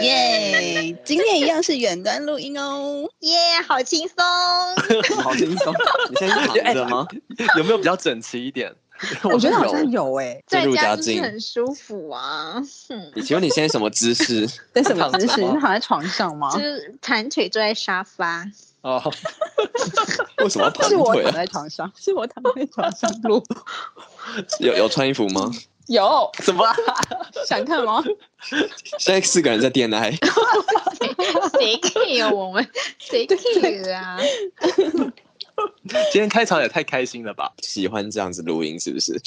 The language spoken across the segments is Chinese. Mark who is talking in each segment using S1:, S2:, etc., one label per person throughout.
S1: 耶
S2: 耶！今天一样是远端录音哦。
S1: 耶，好轻松。
S3: 好轻松。你现在躺着吗？有没有比较整齐一点？有。
S4: 有哎、
S3: 渐
S1: 在
S3: 入
S1: 家
S3: 佳
S1: 就是
S3: 境
S1: 很舒服啊，哼，
S3: 你请问你现在什么姿势？
S2: 在什么姿
S3: 躺
S2: 势？
S3: 着吗
S2: 你躺在床上
S5: 哦
S2: 吗
S1: 就？是盘腿坐在沙发，
S3: 哦， 为什么要盘
S2: 是我
S3: 腿
S2: 躺
S3: 啊？
S2: 在床 上，是我躺在床上录。
S3: 有有穿衣服吗？
S2: 有
S3: 怎么啊？
S2: 想看吗？
S3: 现在四个人在恋爱，
S1: 谁 care 我们？谁 care 啊？
S3: 今天开场也太开心了吧？喜欢这样子录音是不是？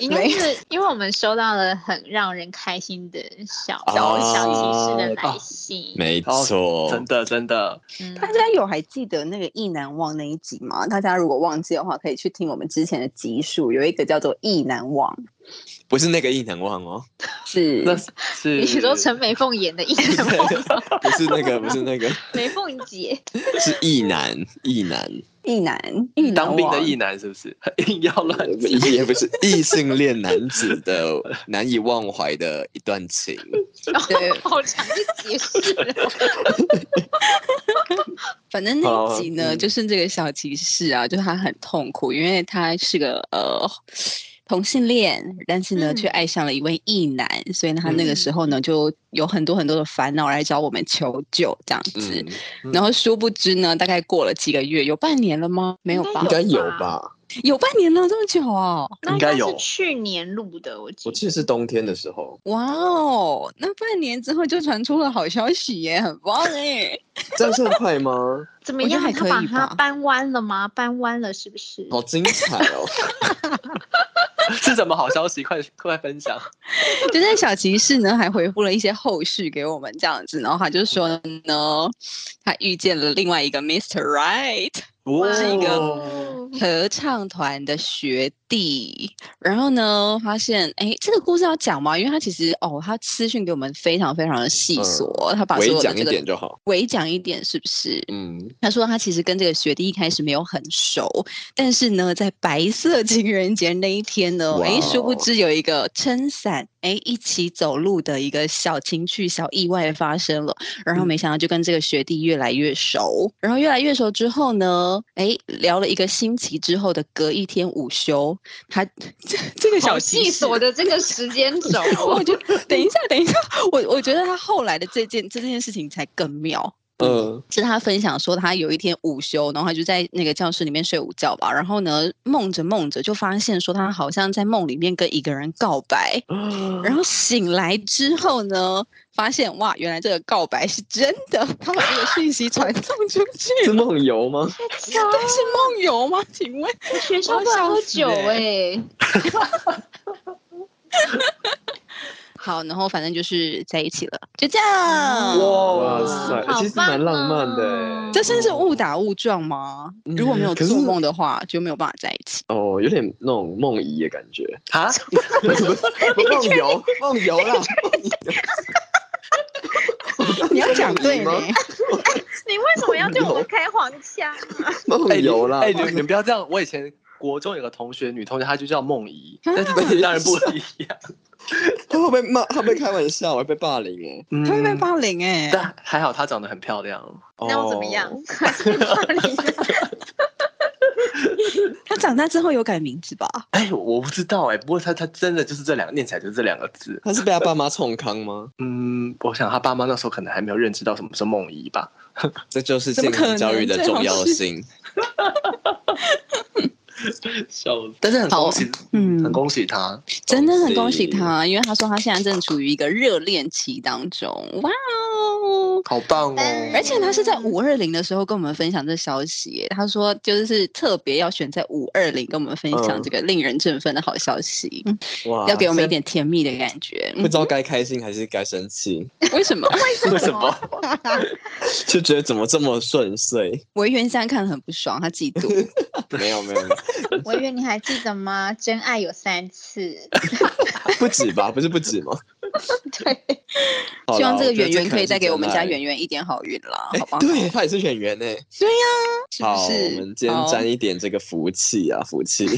S1: 应该是因为我们收到了很让人开心的小小
S3: 哦
S1: 小骑士的来信，
S3: 没
S5: 错
S3: 真的真的，
S1: 嗯
S2: 大家有还记得那个意难忘那一集吗？大家如果忘记的话，可以去听我们之前的集数，有一个叫做意难忘，
S3: 不是那个意难忘哦，
S2: 是
S3: 那是
S1: 你说陈美凤演的一人梦，
S3: 不是那个，不是那个，
S1: 美凤姐，
S3: 是意难意难，
S2: 意难意难
S3: 当兵的
S2: 忘
S3: 意难是不是？硬要乱
S6: 呃
S3: 讲
S6: 也不是异性恋男子的难以忘怀的一段情，
S2: 对，
S1: 好长的解释 哦了，
S2: 反正那
S3: 哦
S2: 一集呢，
S3: 嗯
S2: 就是这个小骑士啊，就是他很痛苦，因为他是个呃同性恋，但是呢，
S1: 嗯
S2: 却爱上了一位异男，所以呢，他那个时候呢，就有很多很多的烦恼来找我们求救这样子。
S6: 嗯，
S5: 嗯
S2: 然后殊不知呢，大概过了几个月，有半年了吗？没有吧
S6: 应？该有吧？
S2: 有半年了，这么久哦！
S1: 那
S3: 应该有
S1: 是去年录的，我记
S6: 我
S1: 得。
S6: 记得是冬天的时候，
S2: 哇哦，那半年之后就传出了好消息耶，很棒哎！
S6: 这样算快吗？
S1: 怎么
S2: 我觉
S1: 样
S2: 得？还
S1: 他
S2: 可
S1: 把
S2: 以
S1: 它
S2: 吧
S1: 搬弯了吗？搬弯了是不是？
S6: 好精彩 哦！
S3: 是什么好消息？快快分享！
S2: 就在小骑士呢，还回复了一些后续给我们这样子，然后他就说呢，他遇见了另外一个 Mr. Right
S3: 不
S2: 是一个
S1: 哦
S2: 合唱团的学弟，然后呢，发现哎，这个故事要讲吗？因为他其实哦，他私讯给我们非常非常的细琐，他把所
S6: 嗯微
S2: 有的
S6: 讲
S2: 这
S6: 一
S2: 个
S6: 点就好。
S2: 微讲一点，是不是？
S6: 嗯，
S2: 他说他其实跟这个学弟一开始没有很熟，但是呢，在白色情人节那一天呢，
S6: 哇
S2: 诶，
S6: 哦
S2: 殊不知有一个撑伞，诶，一起走路的一个小情趣、小意外发生了，然后没想到就跟这个学弟越来越熟，然后越来越熟之后呢，诶，聊了一个星期之后的隔一天午休，他这这个小
S1: 好
S2: 细，
S1: 细琐的这个时间 轴
S2: 我觉得等一下，等一下，我我觉得他后来的这件这件事情才更妙。
S6: 嗯，
S2: 是他分享说，他有一天午休，然后他就在那个教室里面睡午觉吧。然后呢，梦着梦着就发现说，他好像在梦里面跟一个人告白。
S3: 呃
S2: 然后醒来之后呢，发现哇，原来这个告白是真的，他把这个讯息传送出去
S3: 是
S2: 了。
S3: 梦游吗？
S2: 但是梦游吗？请问，
S1: 学校不能喝酒哎、
S2: 好，然后反正就是在一起了，就这样。
S3: 哇塞，
S1: 好
S3: 其实蛮浪漫的
S1: 棒哦
S3: 欸。
S2: 这算是误打误撞吗？如果没有
S6: 可是
S2: 做梦的话，就没有办法在一起。
S6: 哦，有点那种梦遗的感觉，
S3: 啊，
S6: 不梦游，梦游啦。
S2: 你要讲对
S6: 吗
S2: 呢？
S1: 你为什么要对我 们开黄腔啊？
S6: 梦游啦，
S3: 哎，你你们不要这样。我以前国中有个同学，女同学，她就叫梦怡，但是这当然不一样。
S6: 他会被骂，他被开玩笑，会被霸凌哎。
S3: 嗯
S2: 他会被霸凌哎、
S3: 但还好她长得很漂亮。
S1: 那又怎
S6: 哦
S1: 么样？还是怕你
S2: 他长大之后有改名字吧？
S3: 哎，我不知道哎，不过她她真的就是这两念起来就是这两个字。
S6: 他是被他爸妈冲康吗？
S3: 嗯，我想她爸妈那时候可能还没有认知到什么是梦怡吧。
S6: 这就是
S2: 怎么
S6: 性
S2: 可能
S6: 平教育的
S2: 最好
S6: 重要
S2: 是
S6: 性。
S3: 笑死！但是很
S2: 好
S3: 恭喜，
S2: 嗯
S3: 很恭喜她。
S2: 真的很恭喜
S6: 恭喜
S2: 他，因为他说他现在正处于一个热恋期当中。哇哦！哦。
S6: 好棒哦！
S2: 而且他是在五二零的时候跟我们分享这消息耶，他说就是特别要选在五二零跟我们分享
S3: 嗯
S2: 这个令人振奋的好消息，嗯
S3: 哇
S2: 要给我们一点甜蜜的感觉。嗯
S6: 不知道该开心还是该生气，
S2: 为什么？
S3: 为什么？
S6: 就觉得怎么这么顺遂？
S2: 维园现在看得很不爽，他嫉妒。
S6: 没有没有，没有
S1: 我以为你还记得吗？真爱有三次，
S6: 不止吧？不是不止吗？
S1: 对，
S6: 好啦
S2: 希望这个
S6: 我觉
S2: 圆
S6: 得
S2: 圆
S6: 可
S2: 可以
S6: 能
S2: 再
S6: 是
S2: 给我们
S6: 真
S2: 家
S6: 爱
S2: 圆圆一点好运啦，好不 好？
S6: 对，他也是演员欸呢。
S2: 对呀、是
S6: 好，
S2: 不
S6: 我
S2: 是？
S6: 们今天
S2: 好
S6: 沾一点这个福气啊，福 气，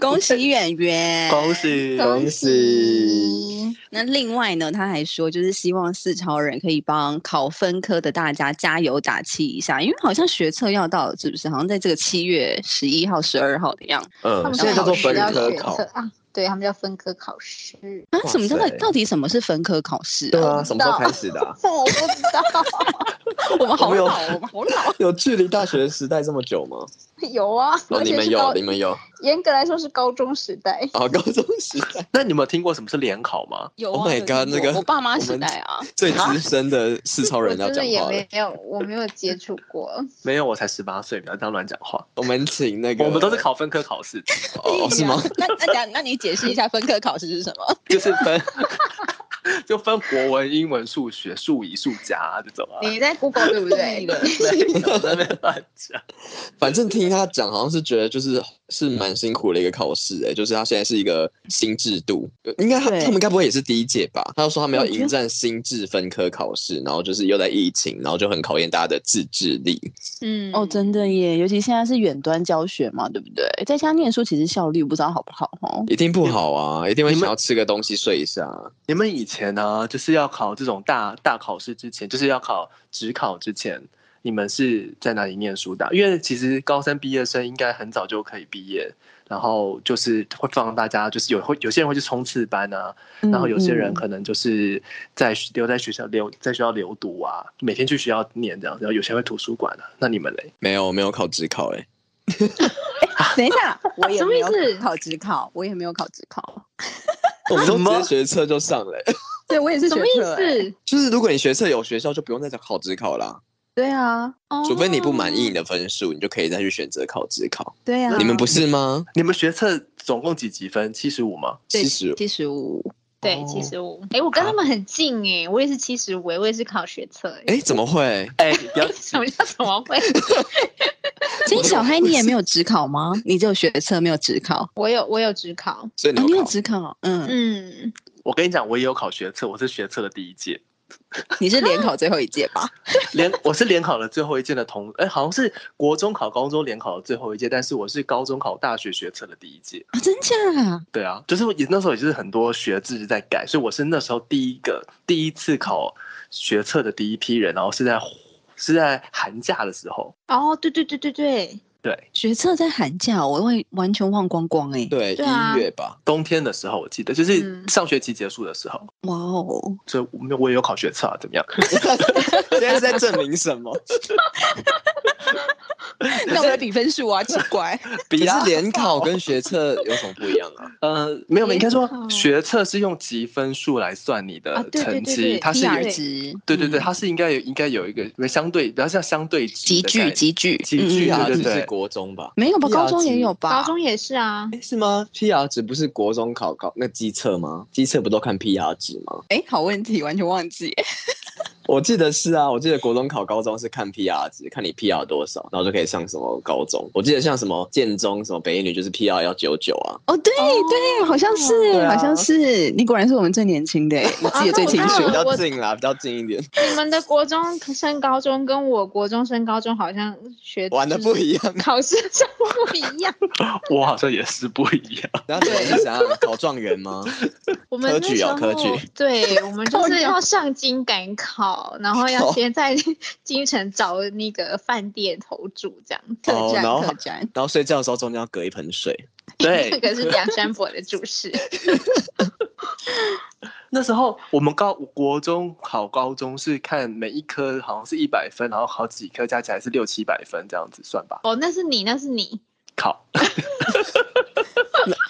S2: 恭 喜圆圆，
S3: 恭！喜！
S6: 恭喜！
S2: 那另外呢，他还说，就是希望四超人可以帮考分科的大家加油打气一下，因为好像学测要到了，是不是？好像在这个七月十一号、十二号的样子。
S1: 他
S6: 嗯，
S1: 们
S6: 现在叫做
S1: 考
S6: 本
S1: 试要
S6: 科
S1: 选
S6: 考
S1: 测，啊，对他们叫分科考 试，
S2: 啊，
S6: 哇
S2: 什么叫做
S6: 塞
S2: 到底什么是分科考试
S6: 对
S2: 啊？
S6: 啊，什么时候开始 的啊？
S1: 我不知道，
S2: 我们好
S6: 我没有
S2: 老，哦我们好 老。
S6: 有距离大学时代这么久吗？
S1: 有啊，
S6: 哦，
S1: 而
S6: 你
S1: 且
S6: 们
S1: 是
S6: 有，
S1: 高
S6: 你，们有，
S1: 严格来说是高中时代，
S6: 哦，高中时代
S3: 那你们有听过什么是联考吗？
S2: 有啊
S6: Oh my
S2: 有听
S6: god，那
S2: 过
S6: 个
S2: 我爸妈
S6: 我
S2: 时
S6: 们
S2: 代啊，
S6: 最资深的四超
S1: 我
S6: 人要
S1: 真
S6: 讲
S1: 的也
S6: 话了
S1: 没。有，我没有接触过，
S3: 没有，我才十八岁，不要这样乱讲话。
S6: 我们请那个，
S3: 我们都是考分科考试，
S6: 哦，是吗？
S2: 那那等下那你解释一下分科考试是什么？
S3: 就是分，就分国文、英文、数学、数以数加啊这种啊。
S1: 你在 Google 对不 对？
S3: 没有在那边乱讲。
S6: 反正听他讲，好像是觉得就是是蛮辛苦的一个考试，哎，就是他现在是一个新制度，应该他
S2: 对
S6: 他们该不会也是第一届吧？他就说他们要
S2: 我觉得
S6: 迎战新制分科考试，然后就是又在疫情，然后就很考验大家的自制力。
S1: 嗯，
S2: 哦，真的耶，尤其现在是远端教学嘛，对不对？在家念书其实效率不知道好不好哦。
S6: 一定不好啊，一定会
S3: 你们
S6: 想要吃个东西睡一下。啊
S3: 你们以前呢、就是要考这种大大考试之前，就是要考职考之前，你们是在哪里念书的啊？因为其实高三毕业生应该很早就可以毕业，然后就是会放大家，就是有会有些人会去冲刺班啊，然后有
S2: 嗯
S3: 些人可能就是在留在学校留在学校留读啊，每天去学校念这样子，然后有些人会图书馆啊。那你们嘞？
S6: 没有没有考职考、欸，哎，
S2: 等一下， 我也
S1: 什么
S2: 没
S1: 意
S2: 有
S1: 思
S2: 考职考，我也没有考职考，
S6: 我们
S3: 什么
S6: 都直接学测就上了、欸
S2: 对我也是
S1: 什么
S2: 学
S1: 意
S2: 测欸？
S1: 思？
S6: 就是如果你学测有学校，就不用再考职考啦。
S2: 对啊，
S1: 哦
S6: 除非你不满意你的分数，你就可以再去选择考职考。
S2: 对啊，
S6: 你们不是吗？
S3: 你们学测总共几几分？七十五吗？
S6: 七十
S2: 七十五，
S1: 对，七十五。哎，我跟他们很近哎、我也是七十五，我也是考学测哎、
S6: 哎，怎么会？
S3: 哎、你不要
S1: 什么叫怎么会？
S2: 所以小黑你也没有职考吗？你只有学测没有职考
S1: 我有我有职考，
S6: 所以
S2: 啊？
S6: 你
S2: 你
S6: 有
S2: 有
S6: 考？
S2: 职考，嗯，
S1: 嗯，
S3: 我跟你讲，我也有考学测，我是学测的第一届，
S2: 你是联考最后一届吧？
S3: 联我是联考的最后一届的同，哎、好像是国中考、高中联考的最后一届，但是我是高中考大学学测的第一届。
S2: 啊，真假？
S3: 对啊，就是也那时候也就是很多学制在改，所以我是那时候第一个第一次考学测的第一批人，然后是在是在寒假的时候，
S1: 哦，对对对对对，
S3: 对，
S2: 学测在寒假，我会完全忘光光哎。
S6: 对，
S1: 对啊
S6: 一月 吧。
S3: 冬天的时候我记得就是
S1: 嗯
S3: 上学期结束的时候，
S2: 哇 哦，
S3: 所以我我也有考学测啊，怎么 样？
S6: 现在是在证明什 么？
S2: 那我要比分数啊，奇怪。
S6: 可是联考跟学测有什么不一样 啊？
S3: 呃，没有，应该说
S1: 联考
S3: 学测是用积分数来算你的
S1: 啊对对
S3: 成
S1: 对
S3: 绩，
S1: 对
S3: 它是
S2: PR
S3: 有
S2: 值，
S3: 对对对，
S2: 嗯
S3: 它是应该有应该有一个相对比较像相对
S2: 集聚
S3: 集
S2: 集聚
S3: 集
S2: 嗯
S3: 聚
S2: 嗯
S3: 对对
S6: 值
S3: 对
S6: 啊是国中吧？
S2: 没有吧？
S6: PR
S2: 高中也有吧？
S1: 高中也是啊，
S6: 哎，是吗？PR 值不是国中考考那机测吗？机测不都看 PR 值吗？
S2: 哎，好问题，完全忘记。
S6: 我记得是啊，我记得国中考高中是看 PR 值，看你 PR 多少，然后就可以上什么高中。我记得像什么建中、什么北一女，就是 PR 要九九啊。
S2: 哦，对对，好像是，好像是，你果然是我们最年轻的，欸我记得 最清楚
S1: 啊。
S6: 比
S1: 那
S6: 较
S1: 我
S6: 近啦，比较近 一点，
S1: 你们的国中升高中跟我国中升高中好像学
S6: 玩的不一样。
S1: 就是考试上不一样。
S3: 我好像也是不一 样。
S6: 然后你是想要啊考状元吗？
S1: 我们
S6: 科
S1: 那
S6: 举
S1: 时
S6: 哦
S1: 候
S6: 科举哦
S1: 对我 们就是要上京赶考，然后要先在 京城找那个饭店投注这样子。
S6: 哦
S2: 特展
S6: 然后
S2: 特展，
S6: 然后睡觉的时候中间要隔一盆水。
S1: 这
S3: 对，
S1: 个是梁山伯的注释。
S3: 那时候我们高国中考高中是看每一科好像是一百分，然后考几科加起来是六七百分这样子算吧。
S1: 哦，那是你，那是你。
S3: 考
S2: 考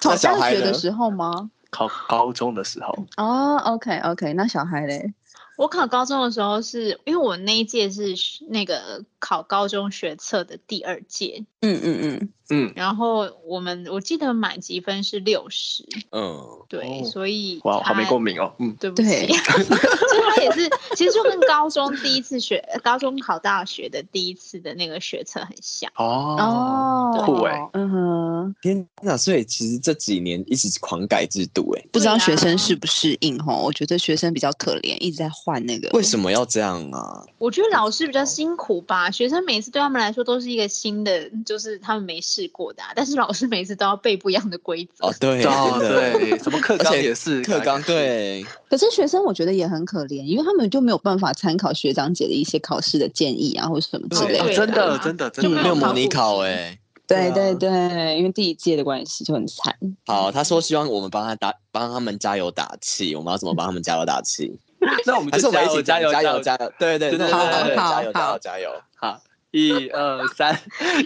S6: 那小
S2: 大
S6: 孩
S2: 学
S6: 呢
S2: 的？时候吗？
S3: 考高中的时候，
S2: 哦，OK OK，那小孩嘞？
S1: 我考高中的时候是，因为我那一届是学那个考高中学测的第二届，
S2: 嗯嗯嗯，
S3: 嗯，
S1: 然后我们我记得满积分是六十，
S6: 嗯，
S1: 对，
S3: 哦
S1: 所以
S3: 哇，好没
S1: 他
S3: 共鸣哦，嗯，
S1: 对不起，
S2: 对
S1: 其实他也是，其实就跟高中第一次学，呃高中考大学的第一次的那个学测很像。
S3: 哦，酷哎、
S2: 嗯哼，
S6: 天哪！所以其实这几年一直狂改制度，哎，
S2: 不知
S1: 对
S2: 道
S1: 啊
S2: 学生适不适应吼？我觉得学生比较可怜，一直在换那个。
S6: 为什么要这样啊？
S1: 我觉得老师比较辛苦吧，学生每次对他们来说都是一个新的，就是他们没试过的啊、但是老师每次都要背不一样的规则。
S6: 哦，对，
S3: 哦
S6: 真的，
S3: 对，什么课纲
S6: 而且
S3: 也是
S6: 课纲，对，
S2: 可是学生我觉得也很可怜，因为他们就没有办法参考学长姐的一些考试的建议啊，或者什么之
S3: 对
S2: 类
S3: 哦
S1: 对
S2: 的。
S3: 真的
S1: 啊
S3: 真的真
S1: 就
S3: 的
S6: 没有模
S1: 考
S6: 拟
S1: 古
S6: 考，
S1: 题
S6: 哎，
S2: 对
S3: 对啊
S2: 对对，因为第一届的关系就很惨。
S6: 好，他说希望我们帮他打，帮他们加油打气。我们要怎么帮他们加油打气？
S3: 那我们
S6: 还是
S3: 就
S6: 我们一起
S3: 加
S6: 讲
S3: 油
S6: 加
S3: 油
S6: 油加油？对对
S3: 对对
S6: 那我
S3: 对
S6: 们
S3: 对
S6: 加
S2: 好
S6: 油加
S2: 好
S6: 油加油！
S3: 好，一二 三，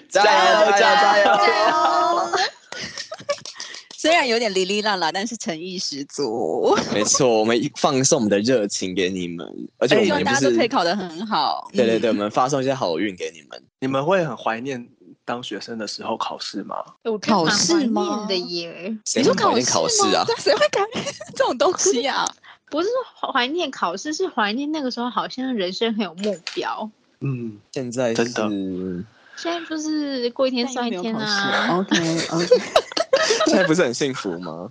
S6: 加油加油
S3: 加油！
S2: 啊 虽然有点哩哩啦啦，但是诚意十足。
S6: 没错，我们一放送我们的热情给你们，而且我
S2: 哎希
S6: 们
S2: 望
S6: 也
S2: 大
S6: 不
S2: 家都
S6: 是
S2: 可以考得很好。
S6: 对对
S2: 嗯，
S6: 对，我们发送一些好运给你们。
S3: 你们会很怀念当学生的时候考试吗？
S1: 哎我真的
S2: 考
S1: 蛮
S2: 试
S1: 怀念
S2: 吗
S1: 的耶，
S6: 谁
S2: 你说
S6: 会考
S2: 考
S6: 虑考试
S2: 吗
S6: 啊？
S2: 对，谁会改变这种东西啊？
S1: 不是说怀念考试，是怀念那个时候好像人生很有目标。
S3: 嗯，
S6: 现在
S3: 真的
S6: 是，
S1: 现在就是过一天算一天啊，
S2: OK OK，
S6: 现在不是很幸福吗？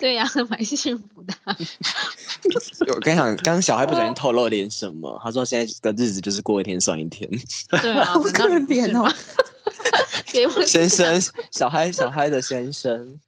S1: 对呀、 蛮幸福的啊、
S6: 我跟你讲，刚刚小孩不
S3: 哦
S6: 小心透露了点什么，他说现在的日子就是过一天算一 天。
S1: 对 啊，好
S2: 可怜哦。
S1: 给我
S6: 先生，小孩小孩的先生，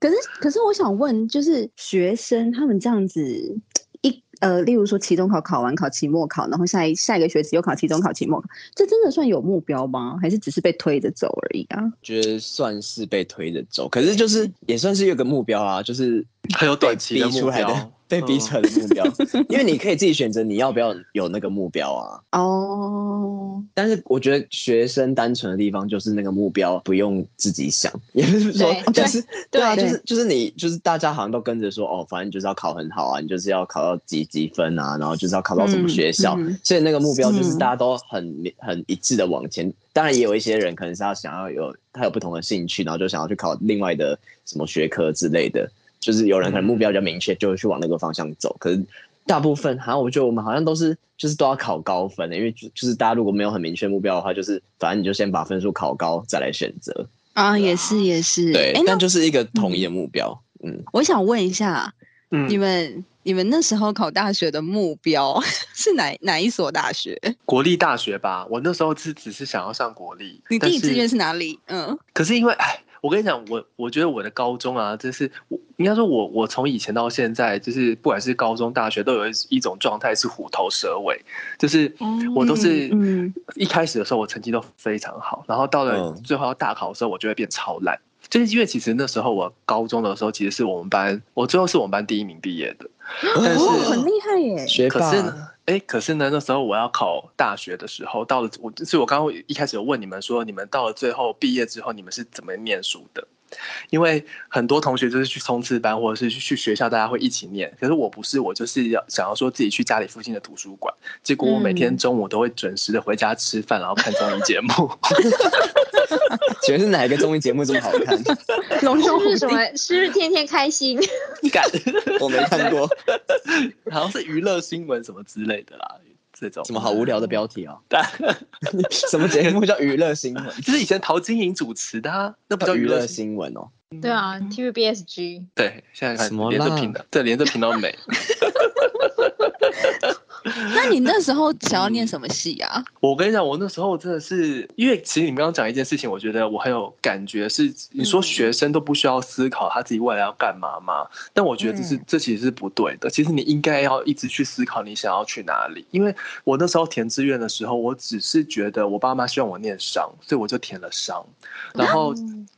S2: 可是可是我想问，就是学生他们这样子。一呃，例如说期中考考完，考期末考，然后下一下一个学期又考期中考、期末考，这真的算有目标吗？还是只是被推着走而已啊？
S6: 觉得算是被推着走，可是就是也算是有个目标啊，就是
S3: 还有
S6: 被
S3: 短期的
S6: 逼
S3: 目
S6: 出来
S3: 标嗯
S6: 的，被逼出来的目标，因为你可以自己选择你要不要有那个目标啊。
S2: 哦，
S6: 但是我觉得学生单纯的地方就是那个目标不用自己想， 也不是说
S1: 对
S6: 就是对啊，就
S2: 对
S6: 是就是你就是大家好像都跟着说哦，反正就是要考很好啊，你就是要考到几几分啊，然后就是要考到什么
S2: 嗯
S6: 学校，
S2: 嗯
S6: 所以那个目标就是
S2: 嗯
S6: 大家都很、很一致的往前。当然也有一些人可能是他想要有他有不同的兴趣，然后就想要去考另外的什么学科之类的，就是有人可能目标比较明确，就会去往那个方向走。可是大部分好像我觉得我们好像都是就是都要考高分的、因为就就是大家如果没有很明确目标的话，就是反正你就先把分数考高再来选择。
S2: 啊，也是也是，
S6: 对，
S2: 哎，那
S6: 但就是一个统一的目标。嗯，
S2: 我想问一下，
S3: 嗯
S2: 你们你们那时候考大学的目标 是哪哪一所大学？
S3: 国立大学吧，我那时候是只是想要上国立，
S2: 你第一志
S3: 但
S2: 愿是哪里？嗯，
S3: 可是因为哎，我跟你讲，我我觉得我的高中啊，真是我应该说我，我从以前到现在，就是不管是高中、大学，都有一一种状态是虎头蛇尾，就是我都是、
S2: 嗯
S3: 一开始的时候我成绩都非常好，然后到了
S6: 嗯
S3: 最后要大考的时候，我就会变超烂。就是因为其实那时候我高中的时候，其实是我们班，我最后是我们班第一名毕业的。但是
S2: 哦，很厉害耶！
S6: 学
S3: 可
S6: 霸
S3: 是呢，哎、可是呢，那时候我要考大学的时候，到了我，所以我刚刚一开始有问你们说，你们到了最后毕业之后，你们是怎么念书的？因为很多同学就是去冲刺班，或者是去学校，大家会一起念。可是我不是，我就是要想要说自己去家里附近的图书馆。结果我每天中午都会准时的回家吃饭，然后看综艺节目。
S6: 觉得是哪一个综艺节目这么好 看？
S2: 龙
S1: 是
S2: 中
S1: 不
S2: 虎
S1: 是什么？ 是不是天天开心？
S3: 感
S6: 我没看过，
S3: 好像是娱乐新闻什么之类的啦，这种
S6: 什么好无聊的标题啊？ 什么节目叫娱乐新闻？
S3: 就是以前陶晶莹主持的、啊，那不叫
S6: 叫
S3: 娱
S6: 娱
S3: 乐
S6: 乐
S3: 新
S6: 新闻哦。
S1: 对啊，TVBSG
S3: 对，现在看
S6: 什么
S3: 连着
S6: 啦
S3: 频道，对，连着频道美。
S2: 那你那时候想要念什么系啊？
S3: 我跟你讲，我那时候真的是，因为其实你们刚刚讲一件事情，我觉得我很有感觉是，你说学生都不需要思考他自己未来要干嘛吗？但我觉得这是、这其实是不对的。其实你应该要一直去思考你想要去哪里。因为我那时候填志愿的时候，我只是觉得我爸妈希望我念商，所以我就填了商。然后，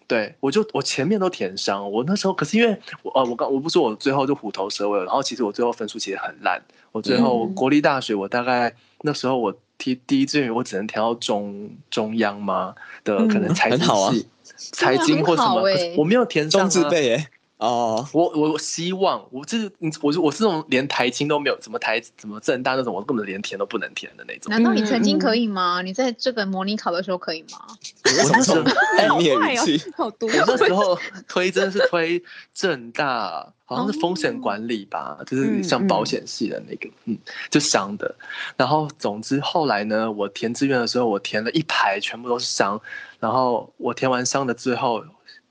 S3: 对我就我前面都填商，我那时候可是因为我呃我刚我不是说我最后就虎头蛇尾了，然后其实我最后分数其实很烂，我最后国立大学我大概那时候我提第一志愿我只能填到中中央嘛的，可能财经
S6: 很好啊
S3: 系、财经或什么，
S1: 真的很好欸
S3: 可是我没有填上、啊。
S6: 中字辈耶，哦，
S3: 我我我希望我这你我是我是那种连台青都没有，怎么台怎么正大那种，我根本连填都不能填的那种。
S1: 难道你曾经可以
S3: 嗯
S1: 吗？你在这个模拟考的时候可以吗？
S6: 我
S3: 那时候
S6: 负面语气，
S2: 好多哦
S3: 我那时候推真的是推正大，好像是风险管理吧，就是像保险系的那个，嗯，就商的。然后总之后来呢，我填志愿的时候，我填了一排全部都是商，然后我填完商的最后，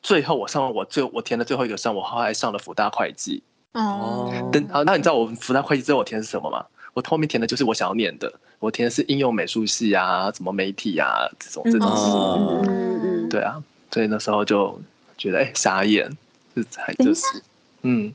S3: 最后我上了我最我填的最后一个商，我后来上了福大会计。
S1: 哦，
S3: 等好，那你知道我福大会计最后我填的是什么吗？我后面填的就是我想要念的，我填的是应用美术系啊，什么媒体啊这种这种系。
S6: 哦，
S2: 嗯
S3: 对啊，所以那时候就觉得哎、傻眼，这才
S2: 等
S3: 就
S2: 一
S3: 是，嗯、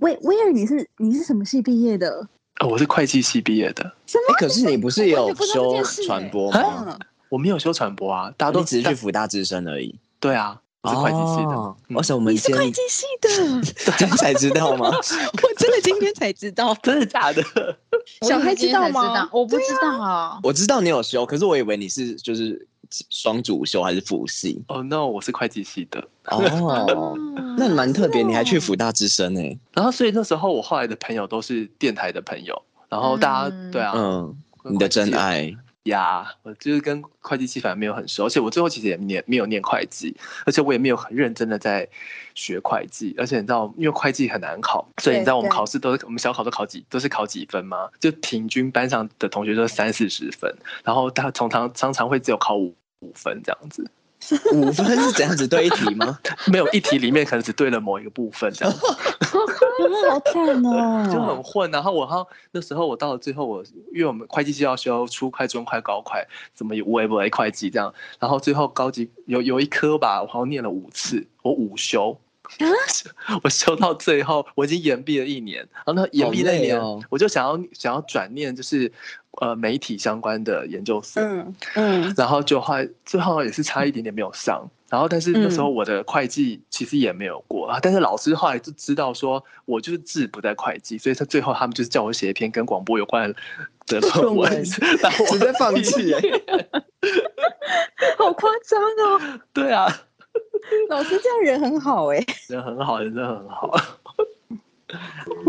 S2: 威威尔，你是你是什么系毕业的？
S3: 哦，我是会计系毕业的，
S6: 哎，可是你不是也有
S2: 我不知道这
S6: 修
S2: 件事
S6: 传
S2: 哎
S6: 播吗？
S2: 嗯
S3: 我没有修传播啊，大家
S6: 啊
S3: 都
S6: 你只是去
S3: 大
S6: 福大之声而已。
S3: 对啊，我是会计系的，
S6: 哦
S3: 嗯
S6: 而且我们
S2: 你是
S6: 今
S2: 会
S6: 天
S2: 计系的，
S6: 今天才知道吗？
S2: 我真的今天才知道。
S3: 真的假的？
S2: 小孩知道
S1: 我也是今天才
S2: 吗
S1: 知道？啊我不知道。
S6: 我知道你有修，可是我以为你是就是双主修还是辅系
S3: 哦、no，我是会计系的。
S6: 哦， 那蛮特别，你还去福大之声哎，
S3: 然后所以那时候我后来的朋友都是电台的朋友，然后大家、
S1: 嗯
S3: 对啊，
S6: 嗯，你的真爱
S3: 呀我就是跟会计系反而没有很熟，而且我最后其实也念没有念会计，而且我也没有很认真的在学会计，而且你知道，因为会计很难考，所以你知道我们考试都是我们小考都考几都是考几分吗？就平均班上的同学都是三四十分，然后他通常常常会只有考五五分这样子，
S6: 五分是怎样子对一题吗？
S3: 没有一题里面可能只对了某一个部分这样子。
S2: 好惨
S3: 就
S2: 哦！
S3: 很混。然后我好像那时候我到了最后我，因为我们会计系要修初会、中会、高会，怎么有微博会计这样。然后最后高级有有一科吧，我好像念了五次，我五修。 我修到最后，我已经延毕了一年。然后那延毕那一年，
S6: 啊好累哦
S3: 我就想要想要转念，就是呃媒体相关的研究所。
S2: 嗯 嗯，
S3: 然后就后来最后也是差一点点没有上，然后但是那时
S1: 嗯
S3: 候我的会计其实也没有过啊，但是老师后来就知道说我就是志不在会计，所以他最后他们就是叫我写一篇跟广播有关的论
S2: 论
S3: 文
S2: 文，
S3: 然 后
S6: 直
S3: 我
S6: 接放弃哎，
S2: 嗯好夸张哦！
S3: 对啊，
S2: 老师这样人很好哎。
S3: 人很好，人真的很好。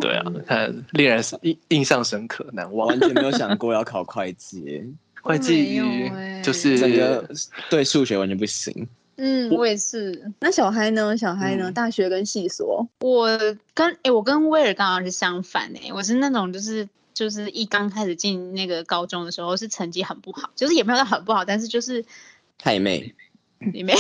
S3: 对啊，看令人印印象深刻，难
S6: 我
S3: 忘。
S6: 完全没有想过要考会计
S3: 会计
S1: 没有欸
S3: 就是
S6: 哎，整个对数学完全不行。
S1: 嗯，我也是。
S2: 那小孩呢？小孩呢？
S3: 嗯
S2: 大学跟系所，
S1: 我跟诶，我跟威尔刚好是相反诶，我是那种就是就是一刚开始进那个高中的时候是成绩很不好，就是也没有到很不好，但是就是
S6: 太妹，
S3: 嗯
S1: 也没有，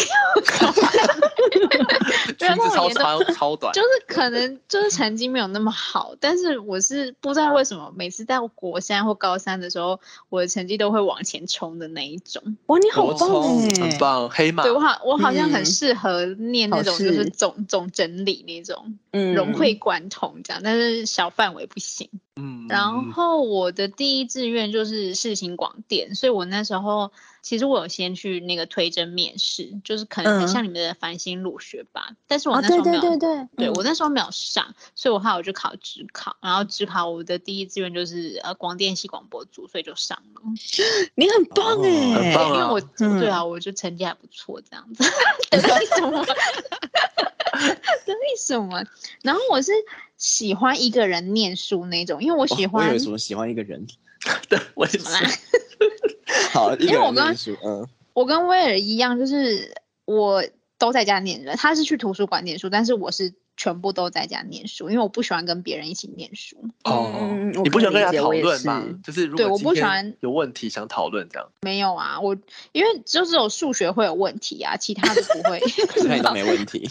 S3: 裙子超
S1: 我觉
S3: 超超短
S1: 就，是可能就是成绩没有那么好，但是我是不知道为什么每次到国三或高三的时候，我的成绩都会往前冲的那一种。
S2: 哇，你好
S6: 国
S2: 棒
S6: 中
S1: 欸
S2: 哎！
S3: 很棒，黑马
S1: 对我好，我好像很
S2: 嗯
S1: 适合念那
S2: 考
S1: 种就是
S2: 试
S1: 总总整理那种
S2: 嗯
S1: 融会贯通这样，但是小范围不行。
S3: 嗯，
S1: 然后我的第一志愿就是世新广电，所以我那时候其实我有先去那个推甄面试，就是可能很
S2: 嗯
S1: 像你们的繁星入学吧，但是我
S2: 啊，
S1: 那时候
S2: 对
S1: 没
S2: 对
S1: 有，
S2: 对对，
S1: 对
S2: 嗯
S1: 我那时候没有上，所以我后来我就考职考，然后职考我的第一志愿就是呃广电系广播组，所以就上了，
S2: 你很
S6: 哦
S2: 棒哎，
S3: 很棒
S1: 因为
S3: 啊
S1: 我、
S2: 嗯
S1: 对啊，我就成绩还不错这样子，等为什么？ 等为什么？然后我是喜欢一个人念书那种，因为我
S6: 哦
S1: 喜
S6: 我以
S1: 欢、
S6: 为什么喜欢一个人，
S3: 对我也
S1: 怎么啦
S3: 是。
S6: 好一个
S1: 因为我
S6: 人
S1: 刚
S6: 念书，嗯，
S1: 我跟威尔一样，就是我都在家念的。他是去图书馆念书，但是我是全部都在家念书，因为我不喜欢跟别人一起念书。
S3: 哦
S2: 嗯嗯嗯，我
S3: 你不
S2: 可
S3: 喜
S2: 以
S3: 欢跟人
S2: 理
S3: 家
S2: 解
S3: 讨
S2: 我也
S3: 论 吗
S2: 是？
S3: 就是如
S1: 对
S3: 果
S1: 我
S3: 今
S1: 不喜
S3: 天
S1: 欢
S3: 有问题想讨论这样，
S1: 没有啊，我因为就是有数学会有问题啊，其他的不 会，
S6: 所以都没问题。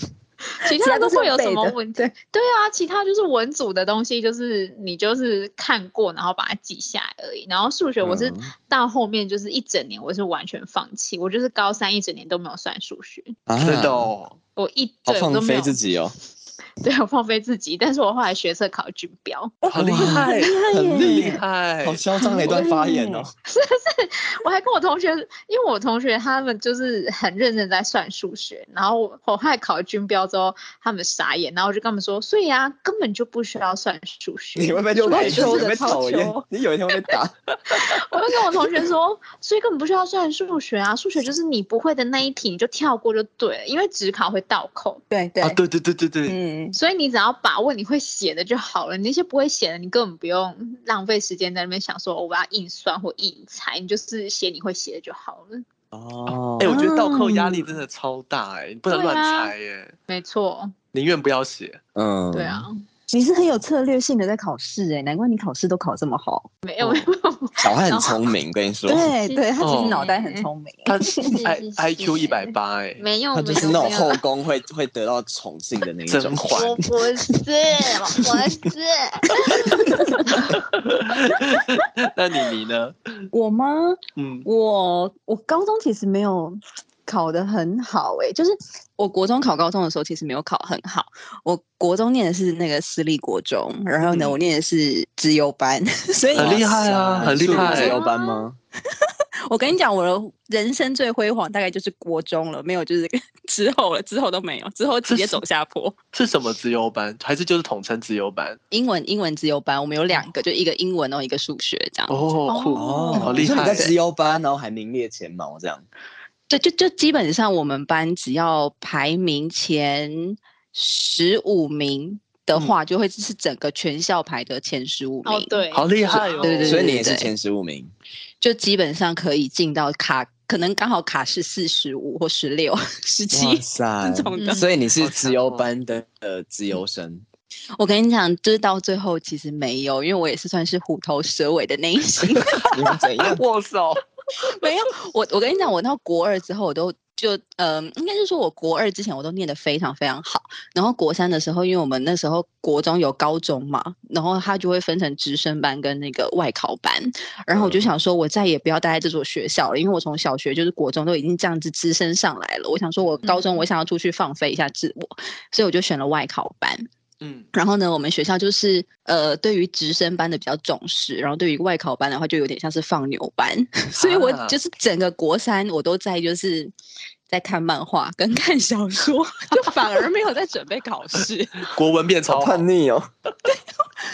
S1: 其
S2: 其
S1: 他
S2: 他
S1: 的
S2: 都是
S1: 会有什
S2: 背
S1: 么
S2: 的
S1: 问题？对啊，其他就是文组的东西，就是你就是看过，然后把它记下来而已。然后数学我是
S6: 嗯
S1: 到后面就是一整年我是完全放弃，我就是高三一整年都没有算数学，
S6: 啊
S3: 真的哦，
S1: 我一
S6: 好
S1: 对我
S6: 放
S1: 都没
S6: 飞
S1: 有
S6: 自己哦。
S1: 对我放飞自己，但是我后来学测考军标，
S2: 哦
S3: 好厉害，很厉害，啊
S6: 好嚣张的一段发言哦！
S1: 我还跟我同学，因为我同学他们就是很认真在算数学，然后我我后来考了军标之后，他们傻眼，然后我就跟他们说，所以啊，根本就不需要算数学，
S6: 你会被就
S1: 超
S6: 被
S1: 秋的
S6: 你会被
S1: 超
S6: 讨厌
S1: 秋。，
S6: 你有一天会被 打。
S1: 我就跟我同学说，所以根本不需要算数学啊，数学就是你不会的那一题你就跳过就对了，因为只考会倒扣，
S2: 对对
S3: 啊！对对对对对，
S2: 嗯，
S1: 所以你只要把握你会写的就好了，你那些不会写的，你根本不用浪费时间在那边想说、哦我要硬算或硬猜，你就是写你会写的就好了。
S6: 哦
S3: 哎，我觉得倒扣压力
S2: 嗯
S3: 真的超大哎，你不能
S1: 对啊
S3: 乱猜哎，
S1: 没错，
S3: 宁愿不要写。
S6: 嗯
S1: 对啊，
S2: 你是很有策略性的在考试哎，难怪你考试都考这么好。
S1: 没有
S3: 哦
S1: 没有，
S6: 小孩很聪明，跟你说，
S1: 啊
S2: 对对，他其
S3: 哦
S2: 实脑袋很聪明。
S3: 他
S1: 是
S3: I I Q 一百八哎，
S1: 没有，
S6: 他就是
S1: 没
S6: 那
S1: 有没
S6: 种
S1: 有
S6: 后 宫会会得到宠幸的那一种
S3: 甄。嬛
S1: 我不是，哦我
S2: 欸
S1: 不是，
S3: 那你你呢？
S2: 我吗？
S3: 嗯，
S2: 我我高中其实没有考得很好诶、就是我国中考高中的时候其实没有考很好。我国中念的是那个私立国中，然后呢，
S3: 嗯
S2: 我念的是资优班， 所以
S3: 很厉害啊
S6: 哇塞
S3: 很厉害
S6: 是自由班吗？
S2: 我跟你讲，我的人生最辉煌大概就是国中了，没有就是 之后了，之后都没有，之后直接走下坡。
S3: 是什么自由班？还是就是统称自由班？
S2: 英文英文资优班，我们有两个，就一个英文哦，一个数学这样。
S3: 哦，酷，好厉
S6: 嗯你说你
S3: 害
S6: 在！
S2: 欸
S6: 资优班，然后还名列前茅这样。
S2: 对，就就基本上我们班只要排名前十五名的话，就会是整个全校排的前十五名。
S1: 哦，对，
S3: 好厉害哦！
S2: 对对对
S6: 所以你也是前十五名。
S2: 就基本上可以进到卡，可能刚好卡是四十五或十六、十七
S6: 塞
S2: 这种的。
S6: 所以你是资优班的呃资 优生，
S2: 我跟你讲，就是到最后其实没有，因为我也是算是虎头蛇尾的那一型。
S6: 你们怎样？
S3: 握手，
S2: 没有，我我跟你讲，我到国二之后，我都就呃，应该是说我国二之前我都念得非常非常好，然后国三的时候，因为我们那时候国中有高中嘛，然后它就会分成直升班跟那个外考班，然后我就想说，我再也不要待在这所学校了，因为我从小学就是国中都已经这样子直升上来了，我想说我高中我想要出去放飞一下自我，所以我就选了外考班。
S3: 嗯，
S2: 然后呢，我们学校就是呃，对于直升班的比较重视，然后对于外考班的话，就有点像是放牛班。所以我
S3: 啊
S2: 就是整个国三我都在就是在看漫画跟看小说， 就反而没有在准备考试，
S3: 国文变超
S6: 好
S3: 好
S6: 叛逆哦！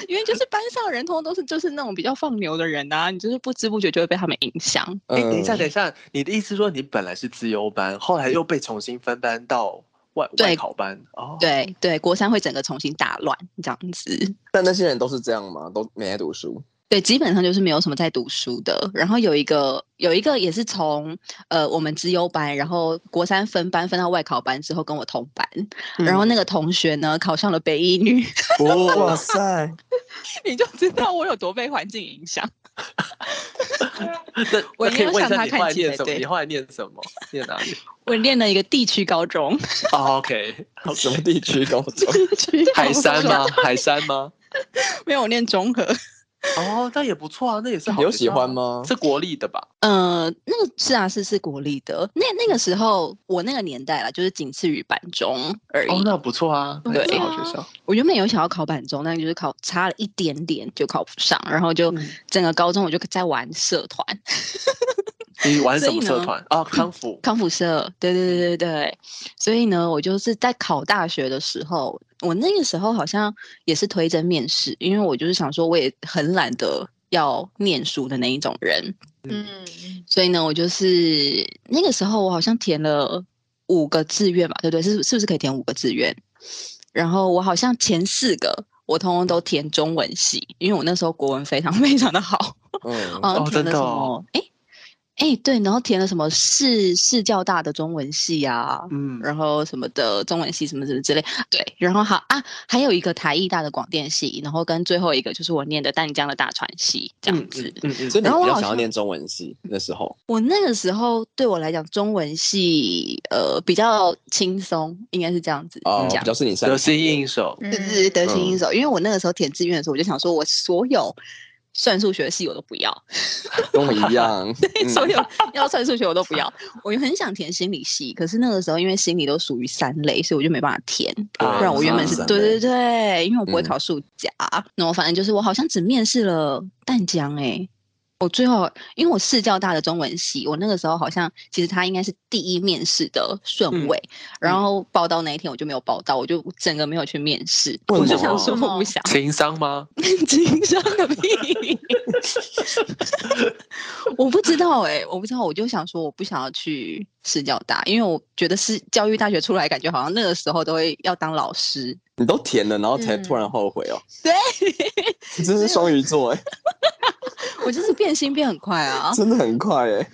S2: 因为就是班上人通通都是就是那种比较放牛的人啊，你就是不知不觉就会被他们影响。
S3: 哎、
S6: 嗯
S3: 等
S2: 嗯
S3: 一下，等一下，你的意思说你本来是自由班，后来又被重新分班到外
S2: 对
S3: 外考班哦？，
S2: 对对，国三会整个重新打乱这样子。
S6: 但那些人都是这样吗？都没在读书？
S2: 对，基本上就是没有什么在读书的。然后有一个有一个也是从呃我们资优班，然后国三分班分到外考班之后跟我同班，然后那个同学呢考上了北一女，
S6: 哇
S3: 哦，
S6: 塞！
S2: 你就知道我有多被环境影响。
S3: 那
S2: 我
S3: 那可以
S2: 一定要
S3: 问一
S2: 向
S3: 下
S2: 他
S3: 你
S2: 看
S3: 后来
S2: 齐
S3: 念
S2: 才
S3: 什么？
S2: 对
S3: 你后来念什么？念哪 里？
S2: 我念了一个地区高 中，
S3: 哦，OK，
S6: 什么地区高中？
S3: 海山吗？海山 吗？
S2: 没有我念中和。
S3: 哦，那也不错啊，那也是好。
S6: 有喜欢？吗？
S3: 是国立的吧？
S2: 呃，那个是啊，是是国立的。那那个时候我那个年代啦，就是仅次于板中而已。
S3: 哦，那不错啊，那也是
S2: 对
S3: 好学校。
S2: 我原本有想要考板中，但就是考差了一点点就考不上，然后就整个高中我就在玩社团，
S3: 你玩什么
S2: 所以呢
S3: 社团？哦， 康复。
S2: 康复社，对对对对对。所以呢，我就是在考大学的时候，我那个时候好像也是推甄面试，因为我就是想说我也很懒得要念书的那一种人，
S1: 嗯，
S2: 所以呢，我就是那个时候我好像填了五个志愿吧，对不对？是是不是可以填五个志愿？然后我好像前四个我通通都填中文系，因为我那时候国文非常 非常的好，
S6: 嗯，
S2: 啊，
S3: 哦
S2: 填
S3: 真的
S2: 了什
S3: 哦
S2: 么？哎哎、对，然后填了什么市市教大的中文系啊，
S3: 嗯，
S2: 然后什么的中文系什么什么之类，对，然后好啊，还有一个台艺大的广电系，然后跟最后一个就是我念的淡江的大传系这样子。
S3: 嗯嗯
S6: 所以你
S2: 然后我
S6: 比较
S2: 好
S6: 想要
S2: 像
S6: 念中文系那时候，
S2: 我那个时候对我来讲，中文系呃比较轻松，应该是这样子
S6: 哦，
S2: 讲
S6: 比。较是你擅
S3: 得
S6: 长
S3: 心应手。
S1: 嗯
S2: 就是得心应手，因为我那个时候填志愿的时候，我就想说，我所有算数学系我都不要，
S6: 跟我一样。
S2: 所有要算数学我都不要。我很想填心理系，可是那个时候因为心理都属于三类，所以我就没办法填。
S6: 哦
S3: 啊
S2: 不然我原本是对对
S6: 对，
S2: 对，因为我不会
S6: 嗯
S2: 考数甲，那我反正就是我好像只面试了淡江哎、我最后因为我市教大的中文系，我那个时候好像其实他应该是第一面试的
S6: 嗯
S2: 顺位，然后报到那一天我就没有报到，我就整个没有去面试，
S6: 为
S2: 我就
S6: 什
S2: 想
S6: 么
S2: 说我不想
S3: 情商吗？
S2: 紧张个 屁！我不知道哎、我不知道，我就想说我不想要去市教大，因为我觉得是教育大学出来，感觉好像那个时候都会要当老师。
S6: 你都填了，然后
S2: 嗯
S6: 才突然后悔哦。
S2: 对，
S6: 你 真是双鱼座哎，。
S2: 我就是变心变很快啊
S6: 真的很快哎。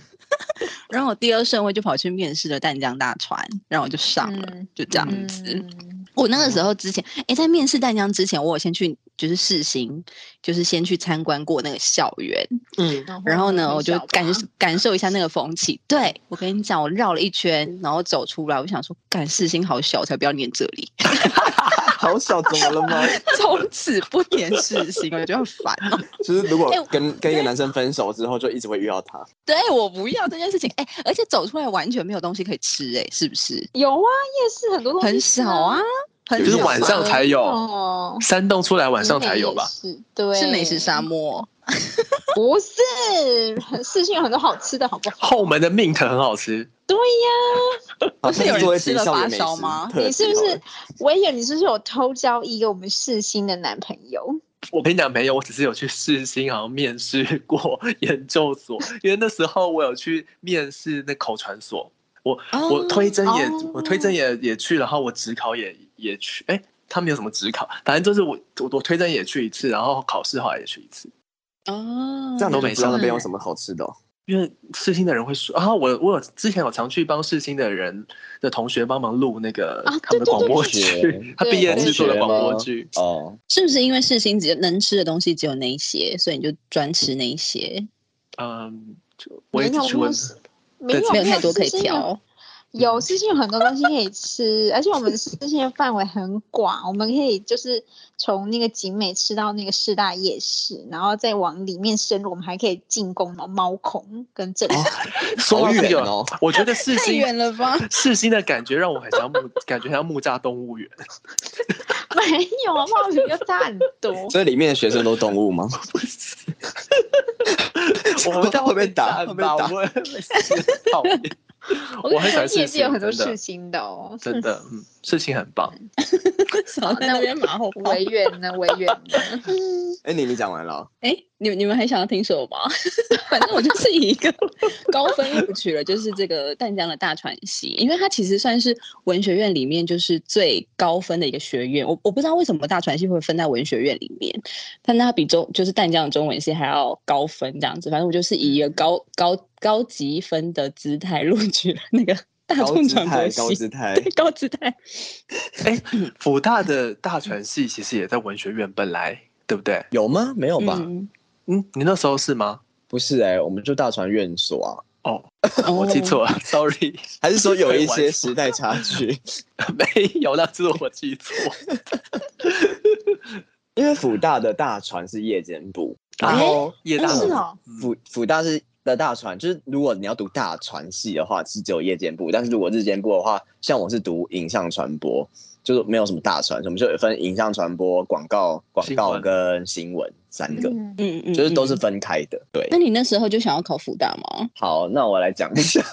S2: 然后我第二顺位就跑去面试了淡江大船，然后我就上了，
S1: 嗯
S2: 就这样子。
S1: 嗯，
S2: 我那个时候之前，哎、在面试淡江之前，我有先去就是试行，就是先去参观过那个校园，
S5: 嗯，
S2: 然后呢，
S1: 很
S2: 我就
S1: 小吧
S2: 感感受一下那个风气。对我跟你讲，我绕了一圈，然后走出来，我想说，干事情好小，我才不要念这里，
S6: 好小，怎么了吗？
S2: 从此不念事情，我就很烦哦。
S6: 就是如果
S2: 哎我
S6: 跟跟一个男生分手之后，就一直会遇到他。
S2: 对我不要这件事情，哎、而且走出来完全没有东西可以吃、哎，是不是？
S1: 有啊，夜市很多东西
S2: 很
S1: 吃
S2: 少啊，，很
S3: 就是
S2: 少
S3: 晚上
S2: 啊
S3: 才有，
S1: 哦，
S3: 山洞出来晚上才有吧？
S1: 是，对，
S2: 是美食沙漠。
S1: 不是，很四星有很多好吃的，好不好？
S3: 后门的 mint 很好吃，
S1: 对呀、
S6: 不
S2: 是有人吃了发烧吗
S1: 你是不是维也？你是不是有偷交一个我们四星的男朋友？
S3: 我跟你讲没有，我只是有去世新好像面试 过研究所，因为那时候我有去面试那口传所，我、
S2: 哦
S3: 我推甄也、
S1: 哦
S3: 我推甄也也去，然后我职考也也去，哎、他们有什么职考？反正就是我我我推甄也去一次，然后考试好像也去一次，
S2: 哦，
S6: 这样都
S3: 都
S6: 没
S3: 没
S6: 知道
S3: 上
S6: 那边有什么好吃的哦？
S3: 因为世新的人会说，然后我我有之前有常去帮世新的人的同学帮忙录那个、
S1: 啊
S3: 他们的
S1: 对
S3: 广
S1: 对
S3: 播
S6: 对
S3: 剧，他毕业制作的广播剧，
S6: 哦，
S2: 是不是因为世新只有能吃的东西只有那一些，所以你就专吃那一些，
S3: 嗯，就我也只去
S1: 没
S3: 问
S1: 有。没
S3: 对
S1: 有，
S2: 没有太多可以
S1: 四星有
S2: 挑。
S1: 有四星有很多东西可以吃，而且我们四星的范围很广，我们可以就是从那个景美吃到那个师大夜市，然后再往里面深入，我们还可以进攻猫孔跟
S6: 哦
S1: 正常。
S3: 说到这
S6: 好远
S3: 个，
S6: 哦
S3: 我觉得世
S2: 太
S3: 新
S2: 远了吧？
S3: 世新的感觉让我很像木， 感觉像木栅动物园，
S1: 没有啊，冒险就差 很多。
S6: 所以里面的学生都动物吗？
S3: 我们
S6: 这样会被 打
S3: 会
S6: 会
S3: 被
S6: 被
S3: 打，
S6: 打
S3: 我们会被讨厌。
S1: 我
S3: 我
S1: 跟
S3: 很
S1: 你
S3: 喜欢世
S1: 说，业界
S3: 新，
S1: 有很多
S3: 真
S1: 事
S3: 的
S1: 情的哦。
S3: 真的，嗯，世新很棒。
S2: 少在那边马 后炮
S1: 维园呢？维园呢？
S6: 哎，你你讲完了哦，
S2: 哎、你你们还想要听什么吗？ 反正我就是以一个高分录取了，就是这个淡江的大传系，因为它其实算是文学院里面就是最高分的一个学院。我我不知道为什么大传系会分在文学院里面，但它比中就是淡江的中文系还要高分这样子。反正我就是以一个
S6: 嗯
S2: 高高高级分的姿态录取了那个大
S6: 高
S2: 众
S6: 姿
S2: 传播
S6: 态，
S2: 系，
S6: 高姿态，
S2: 对高姿态。
S3: 哎， 辅大的大传系其实也在文学院，本来对不对？
S6: 有吗？没有吧？
S2: 嗯，
S3: 嗯，你那时候是吗？
S6: 不是哎，我们就大船院所啊，
S3: 哦，我
S2: 哦
S3: 记错了，sorry，
S6: 还是说有一
S3: 开玩
S6: 些时代差距？
S3: 没有，那是我记错。
S6: 因为辅大的大船是夜间部，
S3: 然后夜大
S1: 是
S3: 门
S1: 哦，
S3: 嗯
S6: 辅辅大是的大船，就是如果你要读大船系的话，是只有夜间部；但是如果日间部的话，像我是读影像传播，就是没有什么大船，我们就有分影像传播、广告、广
S3: 新
S6: 告
S3: 闻
S6: 跟新闻三个，
S1: 嗯
S2: 嗯嗯，
S6: 就是都是
S2: 嗯。
S6: 分开的。对，
S2: 那你那时候就想要考复大吗？
S6: 好，那我来讲一下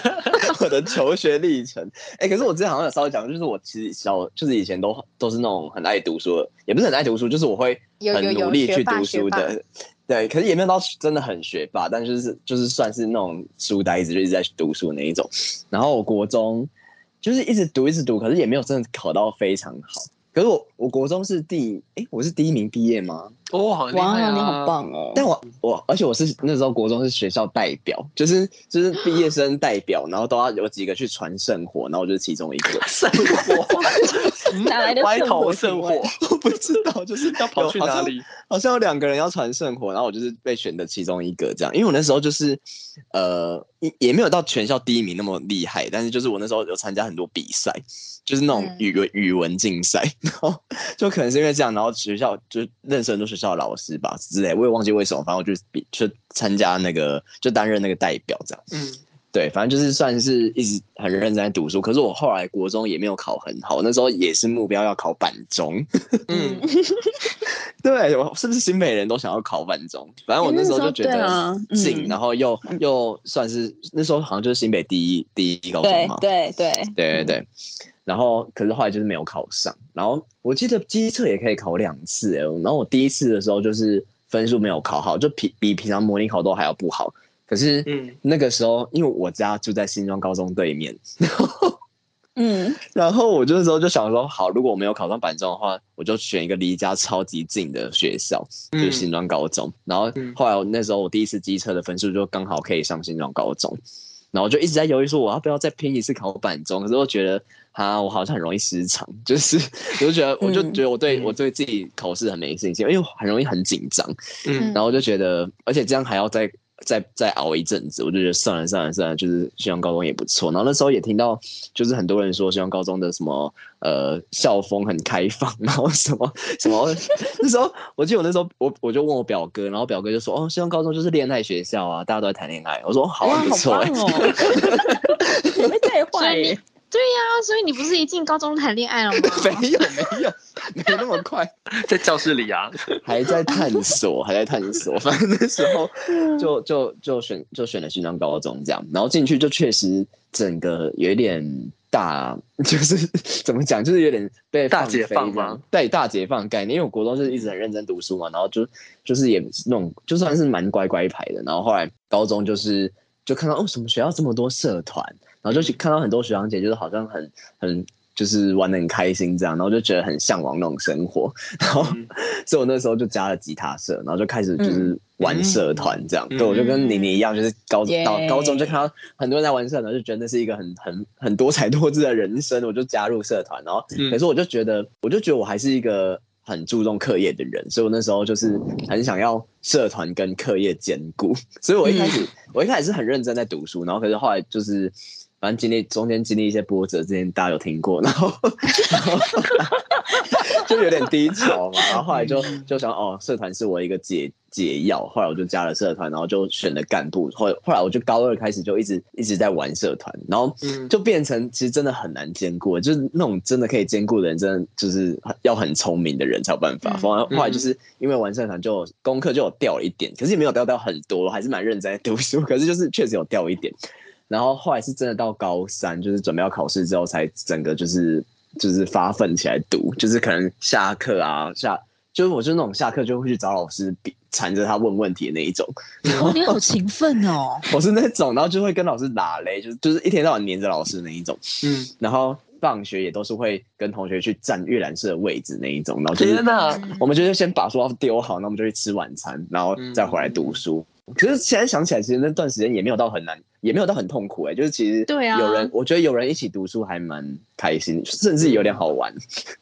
S6: 我的求学历程。哎、可是我之前好像有稍微讲，就是我其实小，就是以前都都是那种很爱读书的，也不是很爱读书，就是我会
S1: 有有
S6: 很
S1: 有
S6: 努力
S1: 学
S6: 去
S1: 霸
S6: 读
S1: 学
S6: 书
S1: 霸
S6: 的。嗯对，可是也没有到真的很学霸，但就是就是算是那种书呆子，就一直在读书那一种。然后我国中就是一直读一直读，可是也没有真的考到非常好。可是我我国中是第哎、我是第一名毕业吗？
S3: 哦，好厉害
S2: 哇，
S3: 啊！
S2: 你 好棒哦！
S6: 但我我而且我是那时候国中是学校代表，就是就是毕业生代表，然后都要有几个去传圣火，然后我就是其中一个。
S3: 圣火，
S7: 哪来的
S3: 歪
S7: 圣
S3: 头
S7: 火
S3: 圣
S7: 请
S3: 火
S7: 问？
S6: 我不知道，就是
S3: 要跑去哪里？
S6: 好像有两个人要传圣火，然后我就是被选的其中一个这样。因为我那时候就是，呃，也也没有到全校第一名那么厉害，但是就是我那时候有参加很多比赛，就是那种
S1: 嗯
S6: 语文、语文竞赛，然后就可能是因为这样，然后学校就认识很多学校的老师吧之类，我也忘记为什么，反正我就比就参加那个就担任那个代表这样。
S3: 嗯，
S6: 对，反正就是算是一直很认真在读书，可是我后来国中也没有考很好，那时候也是目标要考板中。
S3: 嗯，
S6: 对，我是不是新北人都想要考板中？反正我
S2: 诶那
S6: 时候
S2: 时候
S6: 就觉
S2: 对
S6: 得
S2: 啊
S6: 近，
S2: 嗯
S6: 然后又又算是那时候好像就是新北第一第一高中
S7: 对
S6: 嘛。
S7: 对对，
S6: 对对对。然后可是后来就是没有考上，然后我记得机测也可以考两次、欸，然后我第一次的时候就是分数没有考好，就比比平常模拟考都还要不好。可是
S3: 嗯
S6: 那个时候，因为我家住在新庄高中对面，
S7: 嗯，
S6: 然后我就那时候就想说，好，如果我没有考上板中的话，我就选一个离家超级近的学校，就
S3: 嗯
S6: 是新庄高中。然后
S3: 嗯
S6: 后来我那时候我第一次机车的分数就刚好可以上新庄高中，然后我就一直在犹豫说我要不要再拼一次考板中，可是我觉得啊，我好像很容易失常， 就是我就觉得我就
S3: 嗯
S6: 觉得我对、我对自己考试很没信心，因为我很容易很紧张，
S3: 嗯
S6: 然后我就觉得，而且这样还要再再再熬一阵子，我就觉得算了算了算了，就是西洋高中也不错。然后那时候也听到，就是很多人说西洋高中的什么呃校风很开放， 然后什么什么，那时候我记得我那时候我我就问我表哥，然后表哥就说哦，西洋高中就是恋爱学校啊，大家都在谈恋爱。我说哦好、啊，不错哎、
S2: 哦！
S7: 你被带
S1: 所
S7: 坏
S1: 以你
S7: 耶，
S1: 对呀、啊所以你不是一进高中谈恋 爱了吗？
S6: 没有没有没那么快，
S3: 在教室里啊，
S6: 还在探索，还在探索。反正那时候
S3: 嗯
S6: 就就就选就选了新疆高中这样，然后进去就确实整个有一点大， 就是怎么讲，就是有点被
S3: 大
S6: 放
S3: 解
S6: 飞
S3: 放
S6: 这样
S3: 吗？
S6: 对，大解放概念。因为我国中就是一直很认真读书嘛，然后就就是也那种就算是蛮乖乖牌的，然后后来高中就是就看到哦，什么学校这么多社团，然后就
S3: 嗯
S6: 去看到很多学长姐就是好像很很。就是玩的很开心这样，然后就觉得很向往那种生活， 然后
S3: 嗯
S6: 所以我那时候就加了吉他社，然后就开始就是玩社团这样。
S3: 嗯
S6: 对，我就跟妮妮一样，就是高
S7: 耶
S6: 到高中就看到很多人在玩社团，就觉得那是一个很很很多才多姿的人生，我就加入社团。然后
S3: 嗯
S6: 可是我就觉得，我就觉得我还是一个很注重课业的人，所以我那时候就是很想要社团跟课业兼顾。所以我一开始、我一开始是很认真在读书，然后可是后来就是。反正经历中间经历一些波折，之前大家有听过，然后就有点低潮嘛，然后后来就就想哦，社团是我一个解解药，后来我就加了社团，然后就选了干部，后后来我就高二开始就一直一直在玩社团，然后
S3: 嗯
S6: 就变成其实真的很难兼顾，就是那种真的可以兼顾的人，真的就是要很聪明的人才有办法。
S1: 嗯
S6: 后来后来就是因为玩社团就功课就有掉了一点，可是也没有掉到很多，还是蛮认真在读书，可是就是确实有掉一点。然后后来是真的到高三，就是准备要考试之后，才整个就是就是发奋起来读，就是可能下课啊下，就是我就是那种下课就会去找老师比缠着他问问题的那一种，
S2: 哇，你好勤奋哦！
S6: 我是那种，然后就会跟老师打雷，就是就是一天到晚黏着老师那一种，
S3: 嗯，
S6: 然后放学也都是会跟同学去占阅览室的位置那一种，然后就是
S3: 天哪，
S1: 嗯
S6: 我们就是先把书包丢好，那我们就去吃晚餐，然后再回来读书。可是现在想起来，其实那段时间也没有到很难，也没有到很痛苦哎、就是其实
S1: 对啊
S6: 有人我觉得有人一起读书还蛮开心，甚至有点好玩。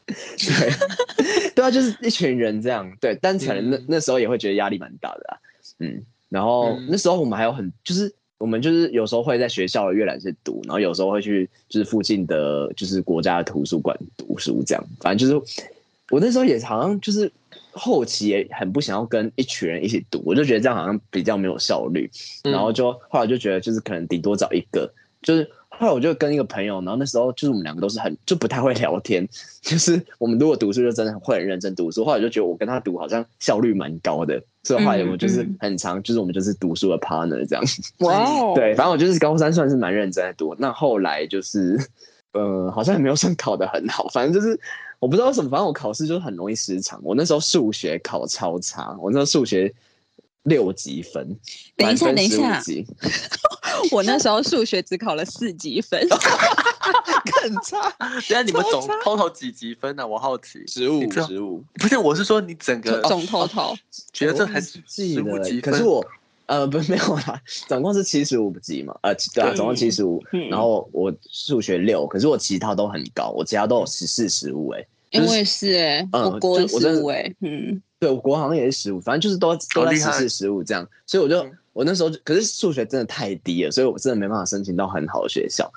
S6: 对， 对啊，就是一群人这样，对，但可能那、
S3: 嗯
S6: 那时候也会觉得压力蛮大的啊，嗯。然后
S3: 嗯
S6: 那时候我们还有很，就是我们就是有时候会在学校的阅览室读，然后有时候会去就是附近的就是国家的图书馆读书，这样。反正就是我那时候也好像就是后期也很不想要跟一群人一起读，我就觉得这样好像比较没有效率，
S3: 嗯
S6: 然后就后来就觉得就是可能顶多找一个，就是后来我就跟一个朋友，然后那时候就是我们两个都是很就不太会聊天， 就是我们如果读书就真的会很认真读书，后来我就觉得我跟他读好像效率蛮高的，所以后来我就是很常就是我们就是读书的 partner 这样，
S2: 嗯
S7: 哇哦，
S6: 对，反正我就是高三算是蛮认真在读，那后来就是 呃好像也没有算考得很好，反正就是。我不知道为什么，反正我考试就是很容易失常。我那时候数学考超差，我那时候数学六级分，
S2: 等一下
S6: 满分
S2: 等一下
S6: 15级
S2: 我那时候数学只考了四级 分，
S6: 更差，
S3: 等下你们总 total 几积分啊呢？我好奇，
S6: 十
S3: 你
S6: 五
S3: 知道
S6: 十五，
S3: 不是，我是说你整个哦
S2: 总头头。
S3: 觉得这还是
S6: 记
S3: 十五
S6: 得
S3: 积分，
S6: 可是我。呃，不， 没有啦，总共是七十五级嘛，呃，对啊，总共七十五。
S3: 嗯
S6: 然后我数学六，可是我其他都很高，我其他都有十四、十五，哎，
S2: 因为是哎，
S6: 嗯
S2: 我国文
S6: 就我真的
S2: 十五哎，嗯，
S6: 对，我国好像也是十五，反正就是都都在
S3: 厉
S6: 十
S3: 害嗯
S6: 四、十五这样，所以我就我那时候就可是数学真的太低了，所以我真的没办法申请到很好的学校。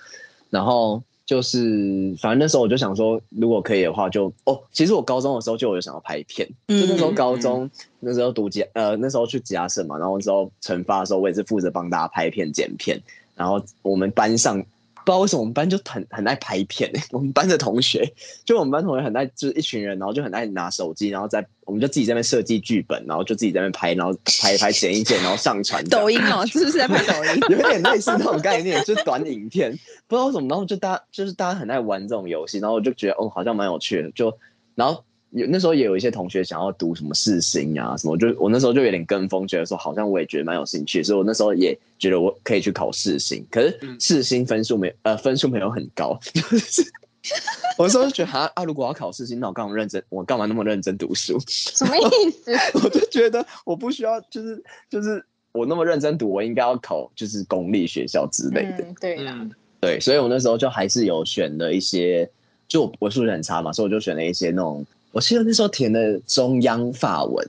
S6: 然后就是反正那时候我就想说，如果可以的话就，哦，其实我高中的时候就有想要拍片，
S2: 嗯
S6: 就那时候高中那时候读吉呃那时候去吉他社嘛，然后之后惩罚的时候我也是负责帮大家拍片剪片，然后我们班上。不知道为什么我们班就很很爱拍片、 欸，我们班的同学就我们班同学很爱，就是一群人，然后就很爱拿手机，然后在我们就自己在那边设计剧本，然后就自己在那边拍，然后拍一拍，剪一剪，然后上传这样。
S2: 抖音 哦，是不是在拍抖音？
S6: 有点类似那种概念，就是短影片， 不知道为什么，然后就大家就是大家很爱玩这种游戏，然后我就觉得哦，好像蛮有趣的，就然后有那时候也有一些同学想要读什么世新啊什么，就我那时候就有点跟风，觉得说好像我也觉得蛮有兴趣，所以我那时候也觉得我可以去考世新，可是世新分数没呃分数没有很高，就是。 我那时候就觉得，哈啊，如果我要考世新，那我干嘛认真？我干嘛那么认真读书？
S1: 什么意 思？
S6: 我就觉得我不需要，就是就是我那么认真读，我应该要考就是公立学校之类的。
S1: 嗯，对啦，
S3: 嗯，
S6: 对，所以我那时候就还是有选了一些，就我我数学很差嘛，所以我就选了一些那种，我记得那时候填的中央法文，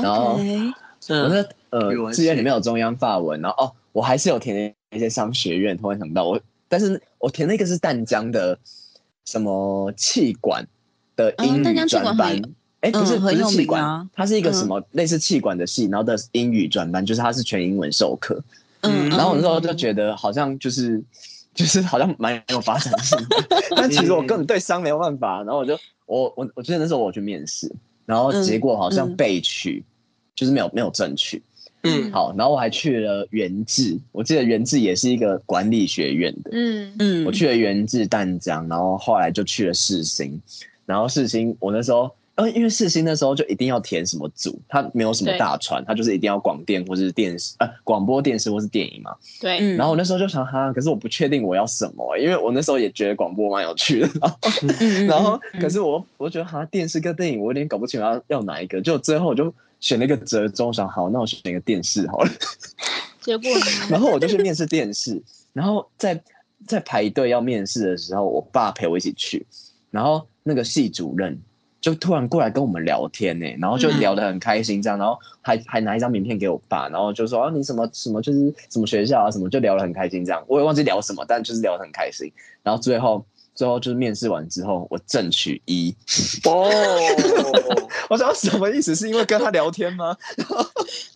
S6: 然后
S2: OK
S6: 我
S3: 嗯
S6: 那呃
S3: 语文
S6: 志愿
S3: 系
S6: 里面有中央法文，然后哦，我还是有填一些商学院，突然想到我，但是我填那个是淡江的什么气管的
S2: 哦
S6: 英
S2: 淡江
S6: 语
S2: 气管
S6: 专
S2: 很
S6: 班。哎、不是、
S2: 嗯
S6: 不
S2: 很
S6: 是
S2: 有
S6: 气
S2: 名
S6: 管，
S2: 啊
S6: 它是一个什么类似气管的系，然后的英语专班，就是它是全英文授课。
S2: 嗯，
S6: 然后我那时候就觉得好像就是就是好像蛮有发展性 的，但其实
S3: 嗯
S6: 我根本对商没有办法。然后我就我我我记得那时候我去面试，然后结果好像
S2: 嗯嗯
S6: 被取，就是没有没有正取。
S3: 嗯，
S6: 好，然后我还去了原治，我记得原治也是一个管理学院的，
S1: 嗯，
S2: 嗯，
S6: 我去了原治淡江，然后后来就去了世新，然后世新我那时候，呃，因为世新那时候就一定要填什么组，它没有什么
S1: 对
S6: 大船，它就是一定要广电或是电视，呃，广播电视或是电影嘛。
S1: 对，
S2: 嗯，
S6: 然后我那时候就想哈，可是我不确定我要什么、欸因为我那时候也觉得广播蛮有趣的，然后
S2: 嗯，嗯
S6: 然后
S2: 嗯
S6: 可是我我觉得哈，电视跟电影我有点搞不清楚要要哪一个，就最后我就选了一个折中，想好，那我选一个电视好了。
S1: 结果呢
S6: 然后我就去面试电视，然后在在排队要面试的时候，我爸陪我一起去，然后那个系主任就突然过来跟我们聊天呢、然后就聊得很开心这样，然后还还拿一张名片给我爸，然后就说啊你什么什么就是什么学校啊什么，就聊得很开心这样，我也忘记聊什么，但就是聊得很开心，然后最后。最后就是面试完之后，我正取一。
S3: 哦，
S6: 我想什么意思？是因为跟他聊天吗？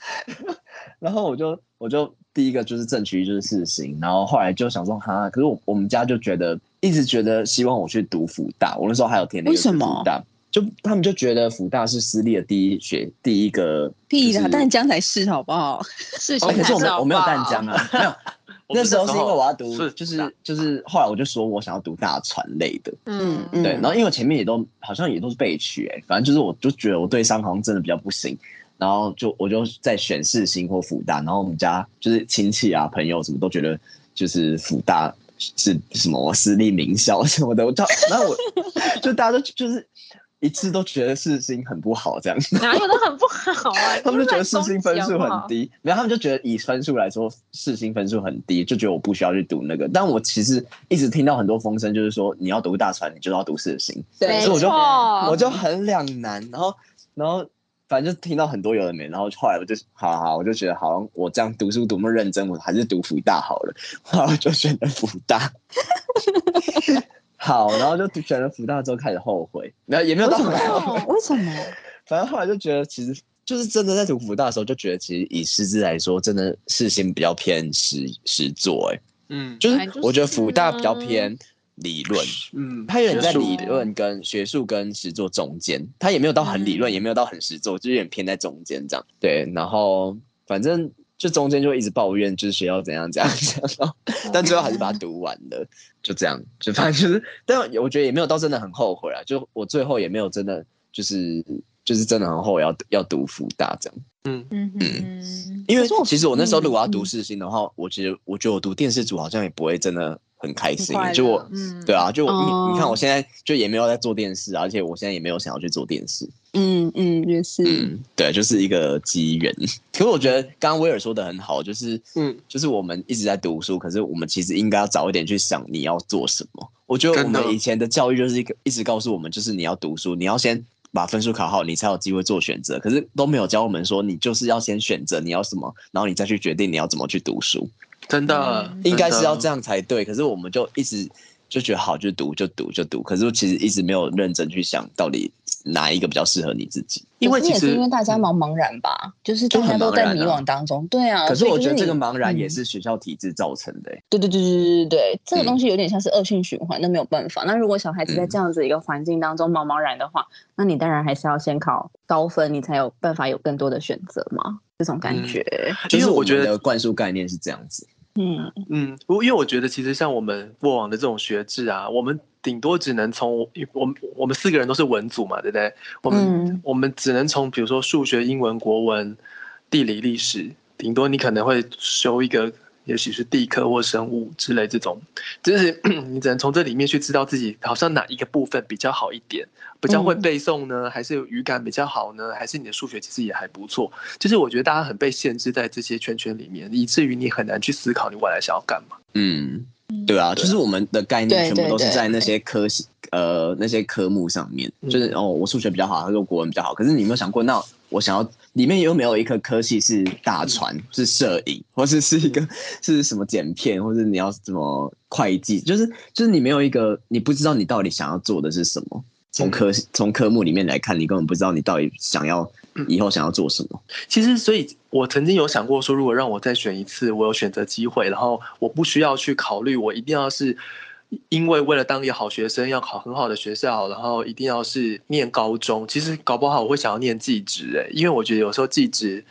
S6: 然后我就我就第一个就是正取一就是四星，然后后来就想说哈，可是我我们家就觉得一直觉得希望我去读福大，我那时候还有填那个
S2: 为什么
S6: 福大，就他们就觉得福大是私立的第一学第一个
S2: 屁
S6: 就
S2: 啦，
S6: 是
S2: 淡江才是好不好？
S1: 事
S6: 哎
S1: 情
S6: 可是
S1: 还
S6: 我没
S1: 好
S6: 有我没有
S1: 报
S6: 淡江，啊，没有。 那时候是因为我要读，
S3: 是
S6: 就是就是后来我就说我想要读大传类的，
S1: 嗯
S2: 嗯
S6: 对，然后因为我前面也都好像也都是被取、欸，反正就是我就觉得我对商好像真的比较不行，然后就我就在选世新或福大，然后我们家就是亲戚啊朋友什么都觉得就是福大是什么私立名校什么的，我就然后我就大家都就是一致都觉得世新很不好这样，
S1: 哪有的很不好啊，
S6: 他们就觉得世
S1: 事
S6: 新
S1: 情
S6: 分数很，低，没有，他们就觉得以分数来说，世新分数很低，就觉得我不需要去读那个。但我其实一直听到很多风声，就是说你要读大传，你就要读世新，
S1: 没
S6: 所以我就
S1: 错
S6: 我就很两难。然后，然后反正就听到很多有的没，然后后来我就好啊好啊，我就觉得好像我这样读书读那么认真，我还是读福大好了， 然后我就选了福大。 好，然后就选了福大之后开始后悔，然后也没有到后悔，
S2: 为什么？
S6: 反正后来就觉得，其实就是真的在读福大的时候，就觉得其实以师资来说，真的事情比较偏实实做、欸。哎，
S3: 嗯
S6: 就
S1: 本来就是是
S6: 我觉得福大比较
S1: 啊
S6: 偏理论，
S3: 嗯，
S6: 它有点在
S3: 学术
S6: 理论跟学术跟实做中间，它也没有到很理
S2: 嗯
S6: 论，也没有到很实做，就有点偏在中间这样。对，然后反正就中间就一直抱怨，就是学校怎样怎样怎样，然后
S2: 嗯
S6: 但最后还是把它读完了，就这样，就反正就是，但我觉得也没有到真的很后悔啊，就我最后也没有真的就是就是真的很后悔要要读福大这样。
S1: 嗯嗯，
S6: 因为
S2: 可是我
S6: 其实我那时候
S2: 嗯
S6: 如果要
S2: 嗯
S6: 读世新的话，我其实我觉得我读电视组好像也不会真的很开心
S2: 快，乐
S6: 就我，
S1: 嗯
S6: 对啊，就我、你你看
S2: 哦
S6: 我现在就也没有在做电视啊，而且我现在也没有想要去做电视，
S2: 嗯嗯，也是。
S6: 嗯，对，就是一个机缘。可是我觉得刚刚威尔说的很好，就是
S3: 嗯
S6: 嗯，就是我们一直在读书，可是我们其实应该要早一点去想你要做什么。我觉得我
S3: 真的
S6: 们以前的教育就是一个一直告诉我们，就是你要读书，你要先把分数考好，你才有机会做选择。可是都没有教我们说，你就是要先选择你要什么，然后你再去决定你要怎么去读书，
S3: 真的
S6: 应该是要这
S3: 样。
S6: 样才对。可是我们就一直就觉得好就读就读就读，可是其实一直没有认真去想到底哪一个比较适合你自己。
S3: 因为
S2: 可是
S3: 其
S2: 也是
S3: 实
S2: 因为大家茫茫然吧，就是
S6: 嗯就
S2: 大家
S6: 很
S2: 都
S6: 茫
S2: 在
S6: 然
S2: 迷
S6: 啊
S2: 惘当中。对啊，
S6: 可是
S2: 所以
S6: 我
S2: 就
S6: 觉得这
S2: 你
S6: 个茫然也
S2: 嗯
S6: 是学校体制造成的、欸
S2: 对对对对对对对，这个
S6: 嗯
S2: 东西有点像是恶性循环，那没有办法。那如果小孩子在
S6: 嗯
S2: 这样子一个环境当中茫茫然的话，那你当然还是要先考高分，你才有办法有更多的选择嘛。这种感
S3: 嗯
S2: 觉，
S6: 就
S3: 因为
S6: 是
S3: 我觉
S6: 们
S3: 得
S6: 的灌输概念是这样子。
S2: 嗯，
S3: 嗯，我因为我觉得其实像我们过往的这种学制啊，我们顶多只能从我们我们四个人都是文组嘛，对不对？我们、
S2: 嗯
S3: 我们只能从比如说数学、英文、国文、地理、历史，顶多你可能会修一个，也许是地科或生物之类这种，就是 你只能从这里面去知道自己好像哪一个部分比较好一点，比较会
S2: 嗯
S3: 背诵呢，还是语感比较好呢，还是你的数学其实也还不错？就是我觉得大家很被限制在这些圈圈里面，以至于你很难去思考你未来想要干嘛。
S6: 嗯，对啊，就是我们的概念
S2: 对
S6: 全部都是
S2: 对对
S6: 在那些科系呃那些科目上面，
S3: 嗯
S6: 就是哦我数学比较好，他说国文比较好，可是你有没有想过，那我想要里面有没有一科科系是大船，是摄影，或是是一
S3: 嗯
S6: 个是什么剪片，或者你要什么会计，就是就是你没有一个你不知道你到底想要做的是什么。从科
S3: 嗯
S6: 从科目里面来看，你根本不知道你到底想要以后想要做什么。
S3: 其实，所以我曾经有想过说，如果让我再选一次，我有选择机会，然后我不需要去考虑，我一定要是因为为了当一个好学生，要考很好的学校，然后一定要是念高中。其实搞不好我会想要念技职，哎，因为我觉得有时候技职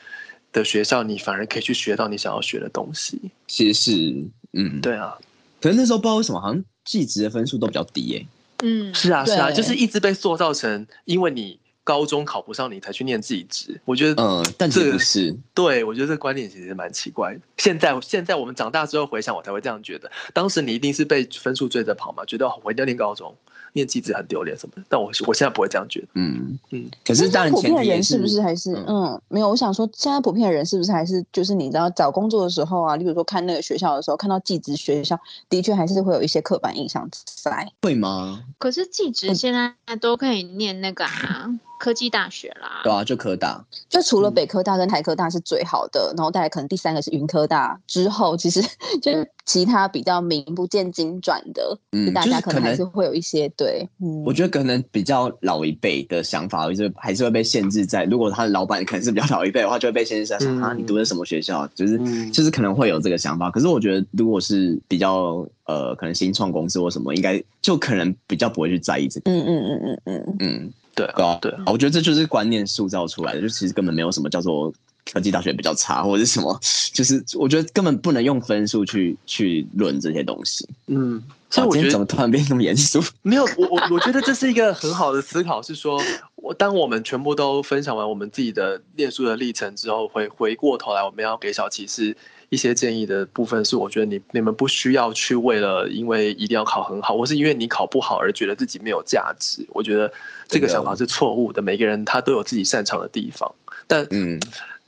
S3: 的学校，你反而可以去学到你想要学的东西。
S6: 其实是嗯，
S3: 对啊，
S6: 可是那时候不知道为什么，好像技职的分数都比较低耶、
S1: 嗯，
S3: 是啊，是啊，
S2: 对
S3: 就是一直被塑造成，因为你高中考不上，你才去念技职。我觉得，
S6: 嗯，但
S3: 这
S6: 这
S3: 个
S6: 不是，
S3: 对，我觉得这个观点其实蛮奇怪的。现在，现在我们长大之后回想，我才会这样觉得。当时你一定是被分数追着跑嘛，觉得哦我一定要念高中，念技职很丢脸什么的。但我我现在不会这样觉得。
S6: 嗯
S3: 嗯
S6: 嗯。可是
S2: 现
S6: 当
S2: 在
S6: 然
S2: 普
S6: 前
S2: 遍的
S6: 提也
S2: 人是不是还是
S6: 嗯
S2: 嗯没有？我想说，现在普遍的人是不是还是就是你知道找工作的时候啊，例如说看那个学校的时候，看到技职学校，的确还是会有一些刻板印象在。
S6: 会吗？
S1: 可是技
S6: 嗯
S1: 职现在都可以念那个啊，科技大学啦。
S6: 对啊，就可打。
S2: 就除了北科大跟台科大是最好的，然后再来可能第三个是云科大之后，其实 就是其他比较名不见经传的，
S6: 嗯
S2: 就大
S6: 就
S2: 家
S6: 是
S2: 可
S6: 可
S2: 能还
S6: 能
S2: 是会有一些对，嗯，
S6: 我觉得可能比较老一辈的想法，就是还是会被限制在，如果他的老板可能是比较老一辈的话，就会被限制在说、
S3: 嗯
S6: 啊，你读的什么学校？就是、
S3: 嗯
S6: 就是可能会有这个想法。可是我觉得，如果是比较呃，可能新创公司或什么，应该就可能比较不会去在意这个。
S2: 嗯嗯嗯嗯嗯，
S6: 嗯，
S3: 对
S6: 对
S3: 啊
S6: 啊，，
S3: 对啊，
S6: 啊，我觉得这就是观念塑造出来的，就其实根本没有什么叫做科技大学比较差或者是什么，就是我觉得根本不能用分数去去论这些东西。
S3: 嗯。所以
S6: 啊
S3: 我
S6: 今
S3: 觉
S6: 天
S3: 得
S6: 怎么突然变那么严肃？
S3: 没有，我我我觉得这是一个很好的思考，是说，我当我们全部都分享完我们自己的念书的历程之后，回回过头来，我们要给小骑士一些建议的部分是，我觉得你你们不需要去为了因为一定要考很好，或是因为你考不好而觉得自己没有价值。我觉得这个
S6: 真的
S3: 想法是错误的，每个人他都有自己擅长的地方，但
S6: 嗯，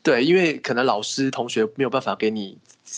S3: 对，因为可能老师、同学没有办法给你，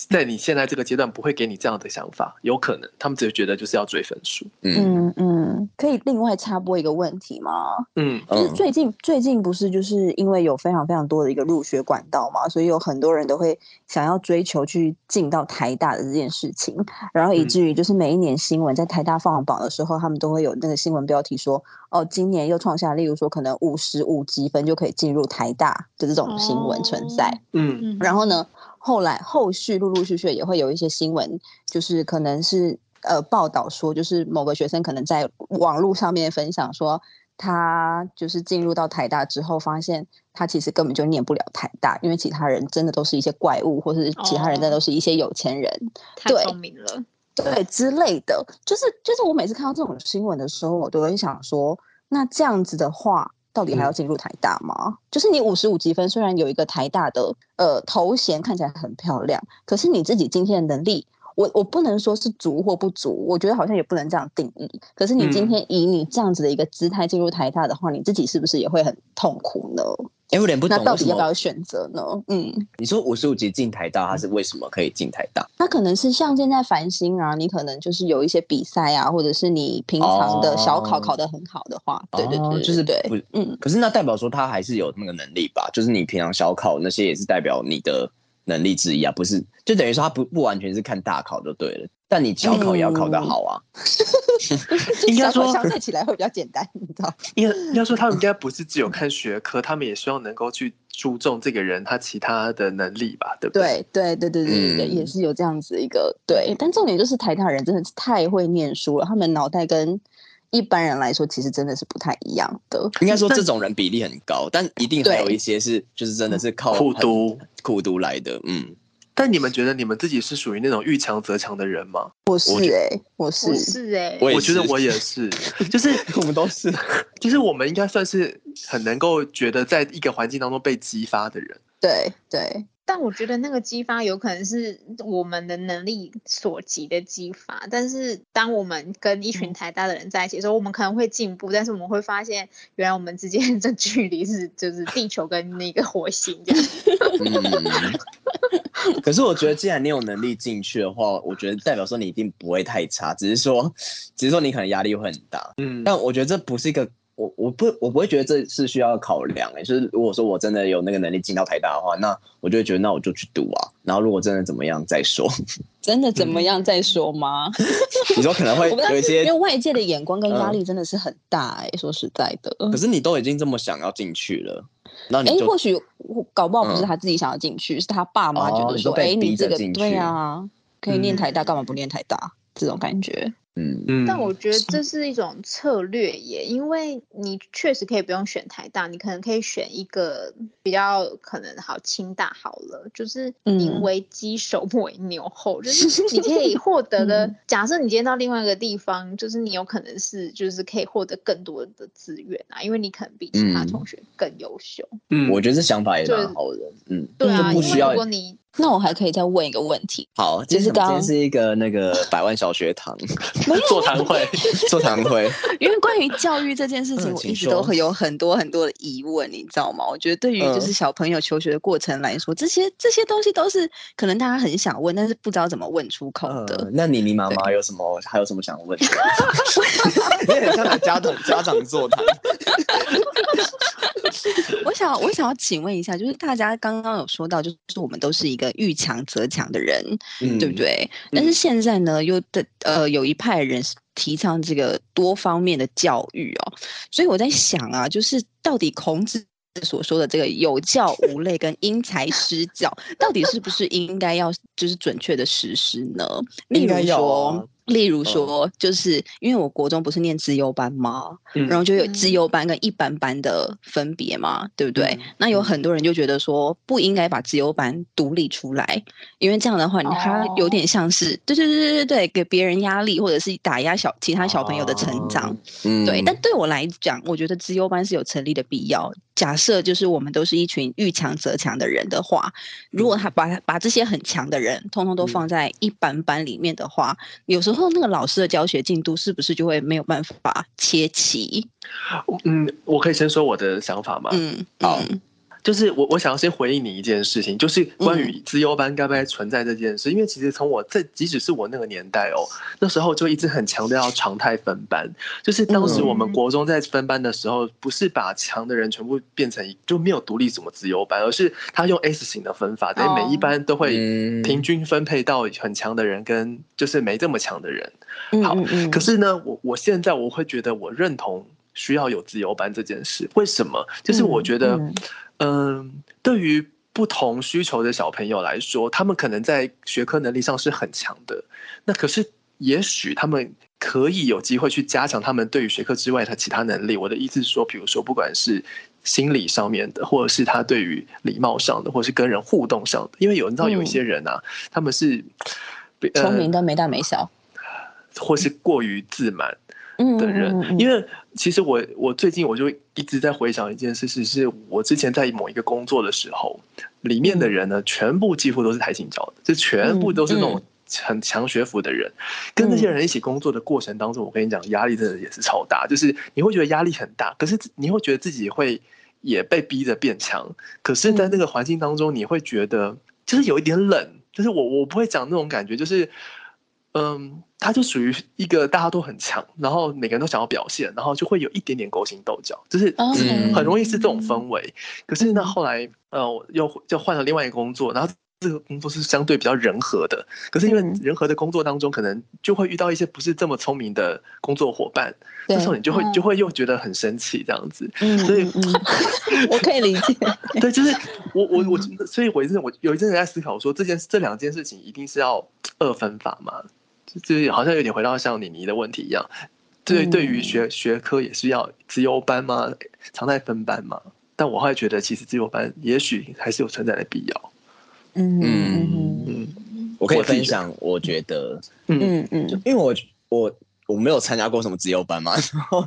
S3: 在你现在这个阶段不会给你这样的想法，有可能他们只是觉得就是要追分数。
S6: 嗯
S2: 嗯嗯，可以另外插播一个问题吗？
S3: 嗯
S2: 就是
S6: 嗯
S2: 最近最近不是就是因为有非常非常多的一个入学管道嘛，所以有很多人都会想要追求去进到台大的这件事情，然后以
S3: 嗯
S2: 至于就是每一年新闻在台大放榜的时候，他们都会有那个新闻标题说，哦，今年又创下，例如说可能五十五积分就可以进入台大的这种新闻存在。
S1: 哦
S3: 嗯。
S1: 嗯
S2: 然后呢，后来后续陆陆续续也会有一些新闻，就是可能是呃报道说，就是某个学生可能在网络上面分享说，他就是进入到台大之后，发现他其实根本就念不了台大，因为其他人真的都是一些怪物，或是其他人真的都是一些有钱人。
S8: 太
S2: 对
S8: 聪明了，
S2: 对之类的，就是就是我每次看到这种新闻的时候，我都会想说，那这样子的话，到底还
S6: 嗯
S2: 要进入台大吗？就是你五十五积分，虽然有一个台大的呃头衔看起来很漂亮，可是你自己今天的能力。我我不能说是足或不足，我觉得好像也不能这样定义。可是你今
S3: 嗯
S2: 天以你这样子的一个姿态进入台大的话，你自己是不是也会很痛苦呢？
S6: 哎、我有点不懂
S2: 那到
S6: 为什
S2: 底要不
S6: 么
S2: 要选择呢？嗯，
S6: 你说五十五级进台大，他是为什么可以进台大？
S2: 那可能是像现在繁星啊，你可能就是有一些比赛啊，或者是你平常的小考
S6: 哦
S2: 考得很好的话，对对对
S6: 哦
S2: 对
S6: 就是
S2: 对，
S6: 不
S2: 嗯，
S6: 可是那代表说他还是有那个能力吧？就是你平常小考那些也是代表你的能力之一啊，不是？就等于说他不不完全是看大考就对了，但你小考也要考得
S2: 嗯
S6: 好啊。
S2: 就是
S3: 应该
S2: 小考
S3: 说
S2: 相对起来会比较简单，你知道？
S3: 应该应该说，他们应该不是只有看学科，他们也希望能够去注重这个人他其他的能力吧，对不对？
S2: 对对对对对对对，也
S6: 嗯
S2: 是有这样子一个对，但重点就是台大人真的是太会念书了，他们脑袋跟一般人来说其实真的是不太一样的。
S6: 应该说这种人比例很高，但一定还有一些是就是真的是靠
S3: 苦
S6: 很
S3: 读
S6: 苦读来的。嗯，
S3: 但你们觉得你们自己是属于那种遇强则强的人吗？
S2: 我是
S6: 觉
S2: 哎、我是
S1: 不是哎、
S6: 我也
S3: 我觉得
S6: 是
S3: 我也 是，就是
S6: 我们都是。
S3: 就是我们应该算是很能够觉得在一个环境当中被激发的人。
S2: 对对，
S1: 但我觉得那个激发有可能是我们的能力所及的激发，但是当我们跟一群台大的人在一起的时候，我们可能会进步，但是我们会发现，原来我们之间 的距离是就是地球跟那个火星这样。
S6: 嗯，可是我觉得，既然你有能力进去的话，我觉得代表说你一定不会太差，只是说，只是说你可能压力会很大。
S3: 嗯，
S6: 但我觉得这不是一个，我我不我不会觉得这是需要考量的、就是如果说我真的有那个能力进到台大的话，那我就会觉得那我就去读啊。然后如果真的怎么样再 说，
S2: 真的怎么样再说吗？
S6: 你说可能会
S2: 嗯我不知道
S6: 有一些
S2: 因为，外界的眼光跟压
S6: 嗯
S2: 力真的是很大哎、说实在的，
S6: 可是你都已经这么想要进去了，那
S2: 哎、
S6: 你就
S2: 或许我搞不好不是
S6: 嗯
S2: 他自己想要进去，是他爸妈觉
S6: 哦
S2: 得
S6: 你
S2: 说，
S6: 说被
S2: 哎、你
S6: 逼
S2: 这
S6: 着
S2: 个
S6: 进
S2: 对
S6: 去
S2: 啊，可以念台大，
S1: 嗯
S2: 干嘛不念台大？这种感觉，
S6: 嗯
S3: 嗯
S1: 但我觉得这是一种策略耶，因为你确实可以不用选台大，你可能可以选一个比较可能好清大好了，就是宁
S2: 嗯
S1: 为鸡首 不为牛后， 就是你可以获得的。
S6: 嗯
S1: 假设你今天到另外一个地方，就是你有可能是就是可以获得更多的资源啊，因为你可能比其他
S6: 嗯
S1: 同学更优秀。
S3: 嗯
S6: 我觉得这想法也
S1: 对
S6: 蛮好的，嗯，
S1: 对
S6: 就
S1: 啊，
S6: 不
S1: 因
S6: 需
S1: 为
S6: 要
S1: 如果你
S2: 那我还可以再问一个问题，
S6: 好，今
S2: 就是
S6: 天我们
S2: 刚
S6: 今天是一个那个百万小学堂
S3: 座谈 会，
S6: 座谈 会，
S2: 因为关于教育这件 事情，
S6: 嗯
S2: 我
S6: 请
S2: 一直都
S6: 说
S2: 会有很多很多的疑问，你知道吗？我觉得对于就
S6: 嗯
S2: 是小朋友求学的过程来说，这些这些东西都是可能大家很想问，但是不知道怎么问出口的。
S6: 呃，那你你妈妈有什么还有什么想问的？ 有点像家长家长座谈，
S2: 我想，我想要请问一下，就是大家刚刚有说到，就是我们都是一个遇强则强的人，
S6: 嗯
S2: 对不？对？但是现在呢，又的呃，有一派人是提倡这个多方面的教育哦，所以我在想啊，就是到底孔子。所说的这个有教无类跟因材施教，到底是不是应该要就是准确的实施呢？例
S6: 应该
S2: 如
S6: 要
S2: 说，
S6: 啊
S2: 例如说，就是因为我国中不是念资优班吗？
S3: 嗯
S2: 然后就有资
S1: 嗯
S2: 优班跟一般班的分别嘛，对不对？
S3: 嗯
S2: 那有很多人就觉得说不应该把资优班独立出来，因为这样的话，你他有
S1: 哦
S2: 点像是对对对对对对，给别人压力或者是打压小其他小朋友的成长。
S3: 哦
S6: 嗯
S2: 对，但对我来讲，我觉得资优班是有成立的必要。假设就是我们都是一群遇强则强的人的话，
S3: 嗯
S2: 如果他把把这些很强的人通通都放在一般班里面的话，有时候那个老师的教学进度是不是就会没有办法切齐？
S3: 嗯，我可以先说我的想法吗？
S2: 嗯，
S6: 好
S2: 嗯
S3: 就是我我想要先回应你一件事情，就是关于资优班该不该存在这件事，因为其实从我这即使是我那个年代哦，那时候就一直很强调要常态分班，就是当时我们
S1: 嗯
S3: 国中在分班的时候，不是把强的人全部变成一就没有独立什么资优班，而是他用 S 型的分法，等于每一班都会
S6: 嗯
S3: 平均分配到很强的人跟就是没这么强的人。
S2: 嗯
S3: 好
S2: 嗯嗯
S3: 可是呢，我我现在我会觉得我认同需要有自由班这件事。为什么？就是我觉得，
S2: 嗯
S3: 嗯，对于不同需求的小朋友来说，他们可能在学科能力上是很强的，那可是也许他们。可以有机会去加强他们对于学科之外的其他能力。我的意思是说，比如说，不管是心理上面的，或者是他对于礼貌上的，或者是跟人互动上的，因为有你知道有一
S2: 嗯
S3: 些人啊，他们是呃
S2: 聪明的没大没小。
S3: 或是过于自满，
S2: 嗯
S3: 的人，
S2: 嗯嗯
S3: 因为其实我我最近我就一直在回想一件事，是是我之前在某一个
S2: 嗯嗯
S3: 工作的时候，里面的人呢，全部几乎都是台新教的，就全部都是那种很强学府的人，跟那些人一起工作的过程当中，我跟你讲，压力真的也是超大，就是你会觉得压力很大，可是你会觉得自己会也被逼着变强，可是，在
S2: 嗯
S3: 那个环境当中，你会觉得就是有一点冷，就是我我不会讲那种感觉，就是。嗯，他就属于一个大家都很强，然后每个人都想要表现，然后就会有一点点勾心斗角，就是
S2: OK
S3: 很容易是这种氛围。可是呢，
S2: 嗯
S3: 后来呃，我又就换了另外一个工作，然后这个工作是相对比较人和的。可是因为
S7: 嗯
S3: 人和的工作当中，可能就会遇到一些不是这么聪明的工作伙伴，
S2: 对
S3: 这时候你就会
S1: 嗯
S3: 就会又觉得很生气这样子。
S2: 嗯
S3: 所以
S2: 嗯嗯我可以理 解，
S3: 对，就是我我我，所以我一阵我有一阵子在思考说，这件这两件事情一定是要二分法嘛，就就是好像有点回到像妮妮的问题一样，对，对于学学科也是要资优班吗？常态分班吗？但我后来觉得，其实资优班也许还是有存在的必要。
S2: 嗯
S6: 嗯
S2: 嗯
S3: 嗯
S6: 我可以
S3: 我自己
S6: 分享，我觉得，
S3: 嗯
S2: 嗯嗯
S6: 就因为我我我没有参加过什么自由班嘛， 然后，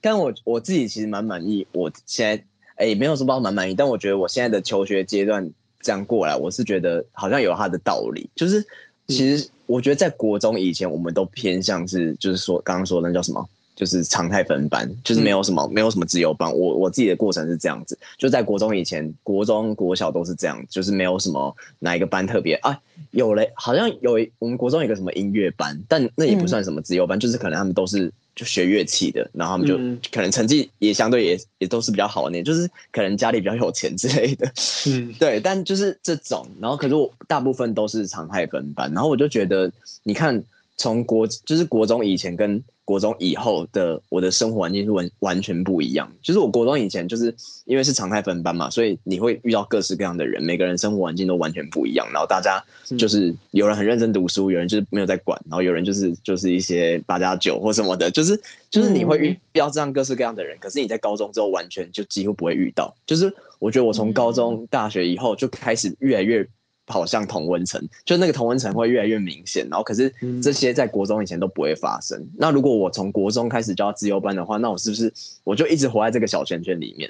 S6: 但我我自己其实蛮满意，我现在哎、没有说包蛮满意，但我觉得我现在的求学阶段这样过来，我是觉得好像有它的道理，就是其实我觉得在国中以前，我们都偏向是就是说刚刚说的那叫什么？就是常态分班，就是没有什么、没有什么自由班。我我自己的过程是这样子，就在国中以前，国中、国小都是这样，就是没有什么哪一个班特别啊。有嘞，好像有一我们国中有个什么音乐班，但那也不算什么自由班，就是可能他们都是就学乐器的，然后他们就、
S3: 嗯
S6: 可能成绩也相对也也都是比较好的那，就是可能家里比较有钱之类的。
S3: 嗯
S6: 对，但就是这种，然后可是我大部分都是常态分班，然后我就觉得，你看从国就是国中以前跟国中以后的我的生活环境是完完全不一样。就是我国中以前就是因为是常态分班嘛，所以你会遇到各式各样的人，每个人生活环境都完全不一样，然后大家
S3: 嗯
S6: 就是有人很认真读书，有人就是没有在管，然后有人就是就是一些八加九或什么的，就是就是你会遇到这样各式各样的人，可是你在高中之后完全就几乎不会遇到。就是我觉得我从高中、大学以后就开始越来越跑向同温层，就那个同温层会越来越明显。然后可是
S3: 嗯
S6: 这些在国中以前都不会发生。那如果我从国中开始教自由班的话，那我是不是我就一直活在这个小圈圈里面？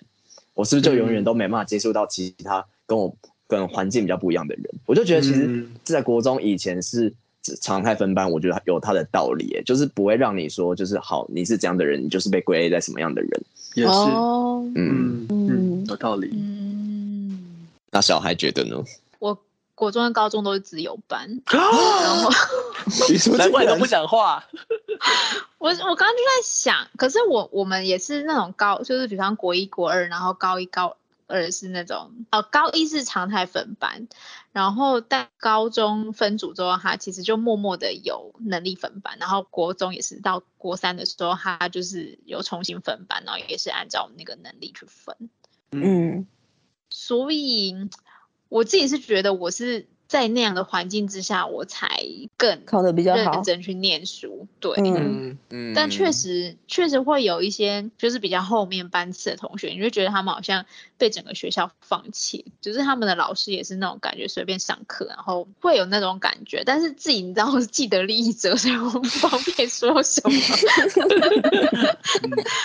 S6: 我是不是就永远都没办法接触到其他跟我跟环境比较不一样的人？我就觉得其实
S3: 嗯
S6: 在国中以前是常态分班，我觉得有它的道理耶，就是不会让你说就是好你是这样的人，你就是被归类在什么样的人。
S3: 也是，
S2: 哦，
S6: 嗯，
S3: 嗯嗯，有道理。
S1: 嗯，
S6: 那小孩觉得呢？
S1: 我国中跟高中都是自由班，
S3: 啊
S1: 然后
S5: 难怪你都不讲话。
S1: 我我刚刚就在想，可是我我们也是那种高，就是比方国一、国二，然后高一、高二是那种，哦，高一是常态分班，然后但高中分组之后，他其实就默默的有能力分班，然后国中也是到国三的时候，他就是有重新分班，然后也是按照我们那个能力去分，
S2: 嗯
S1: 所以嗯我自己是觉得我是在那样的环境之下，我才更
S7: 考得比较好
S1: 认真去念书，对，
S2: 嗯
S3: 嗯
S6: 嗯
S1: 但确实确实会有一些就是比较后面班次的同学，你就觉得他们好像被整个学校放弃，就是他们的老师也是那种感觉随便上课，然后会有那种感觉，但是自己你知道我是既得利益者，所以我不方便说什么。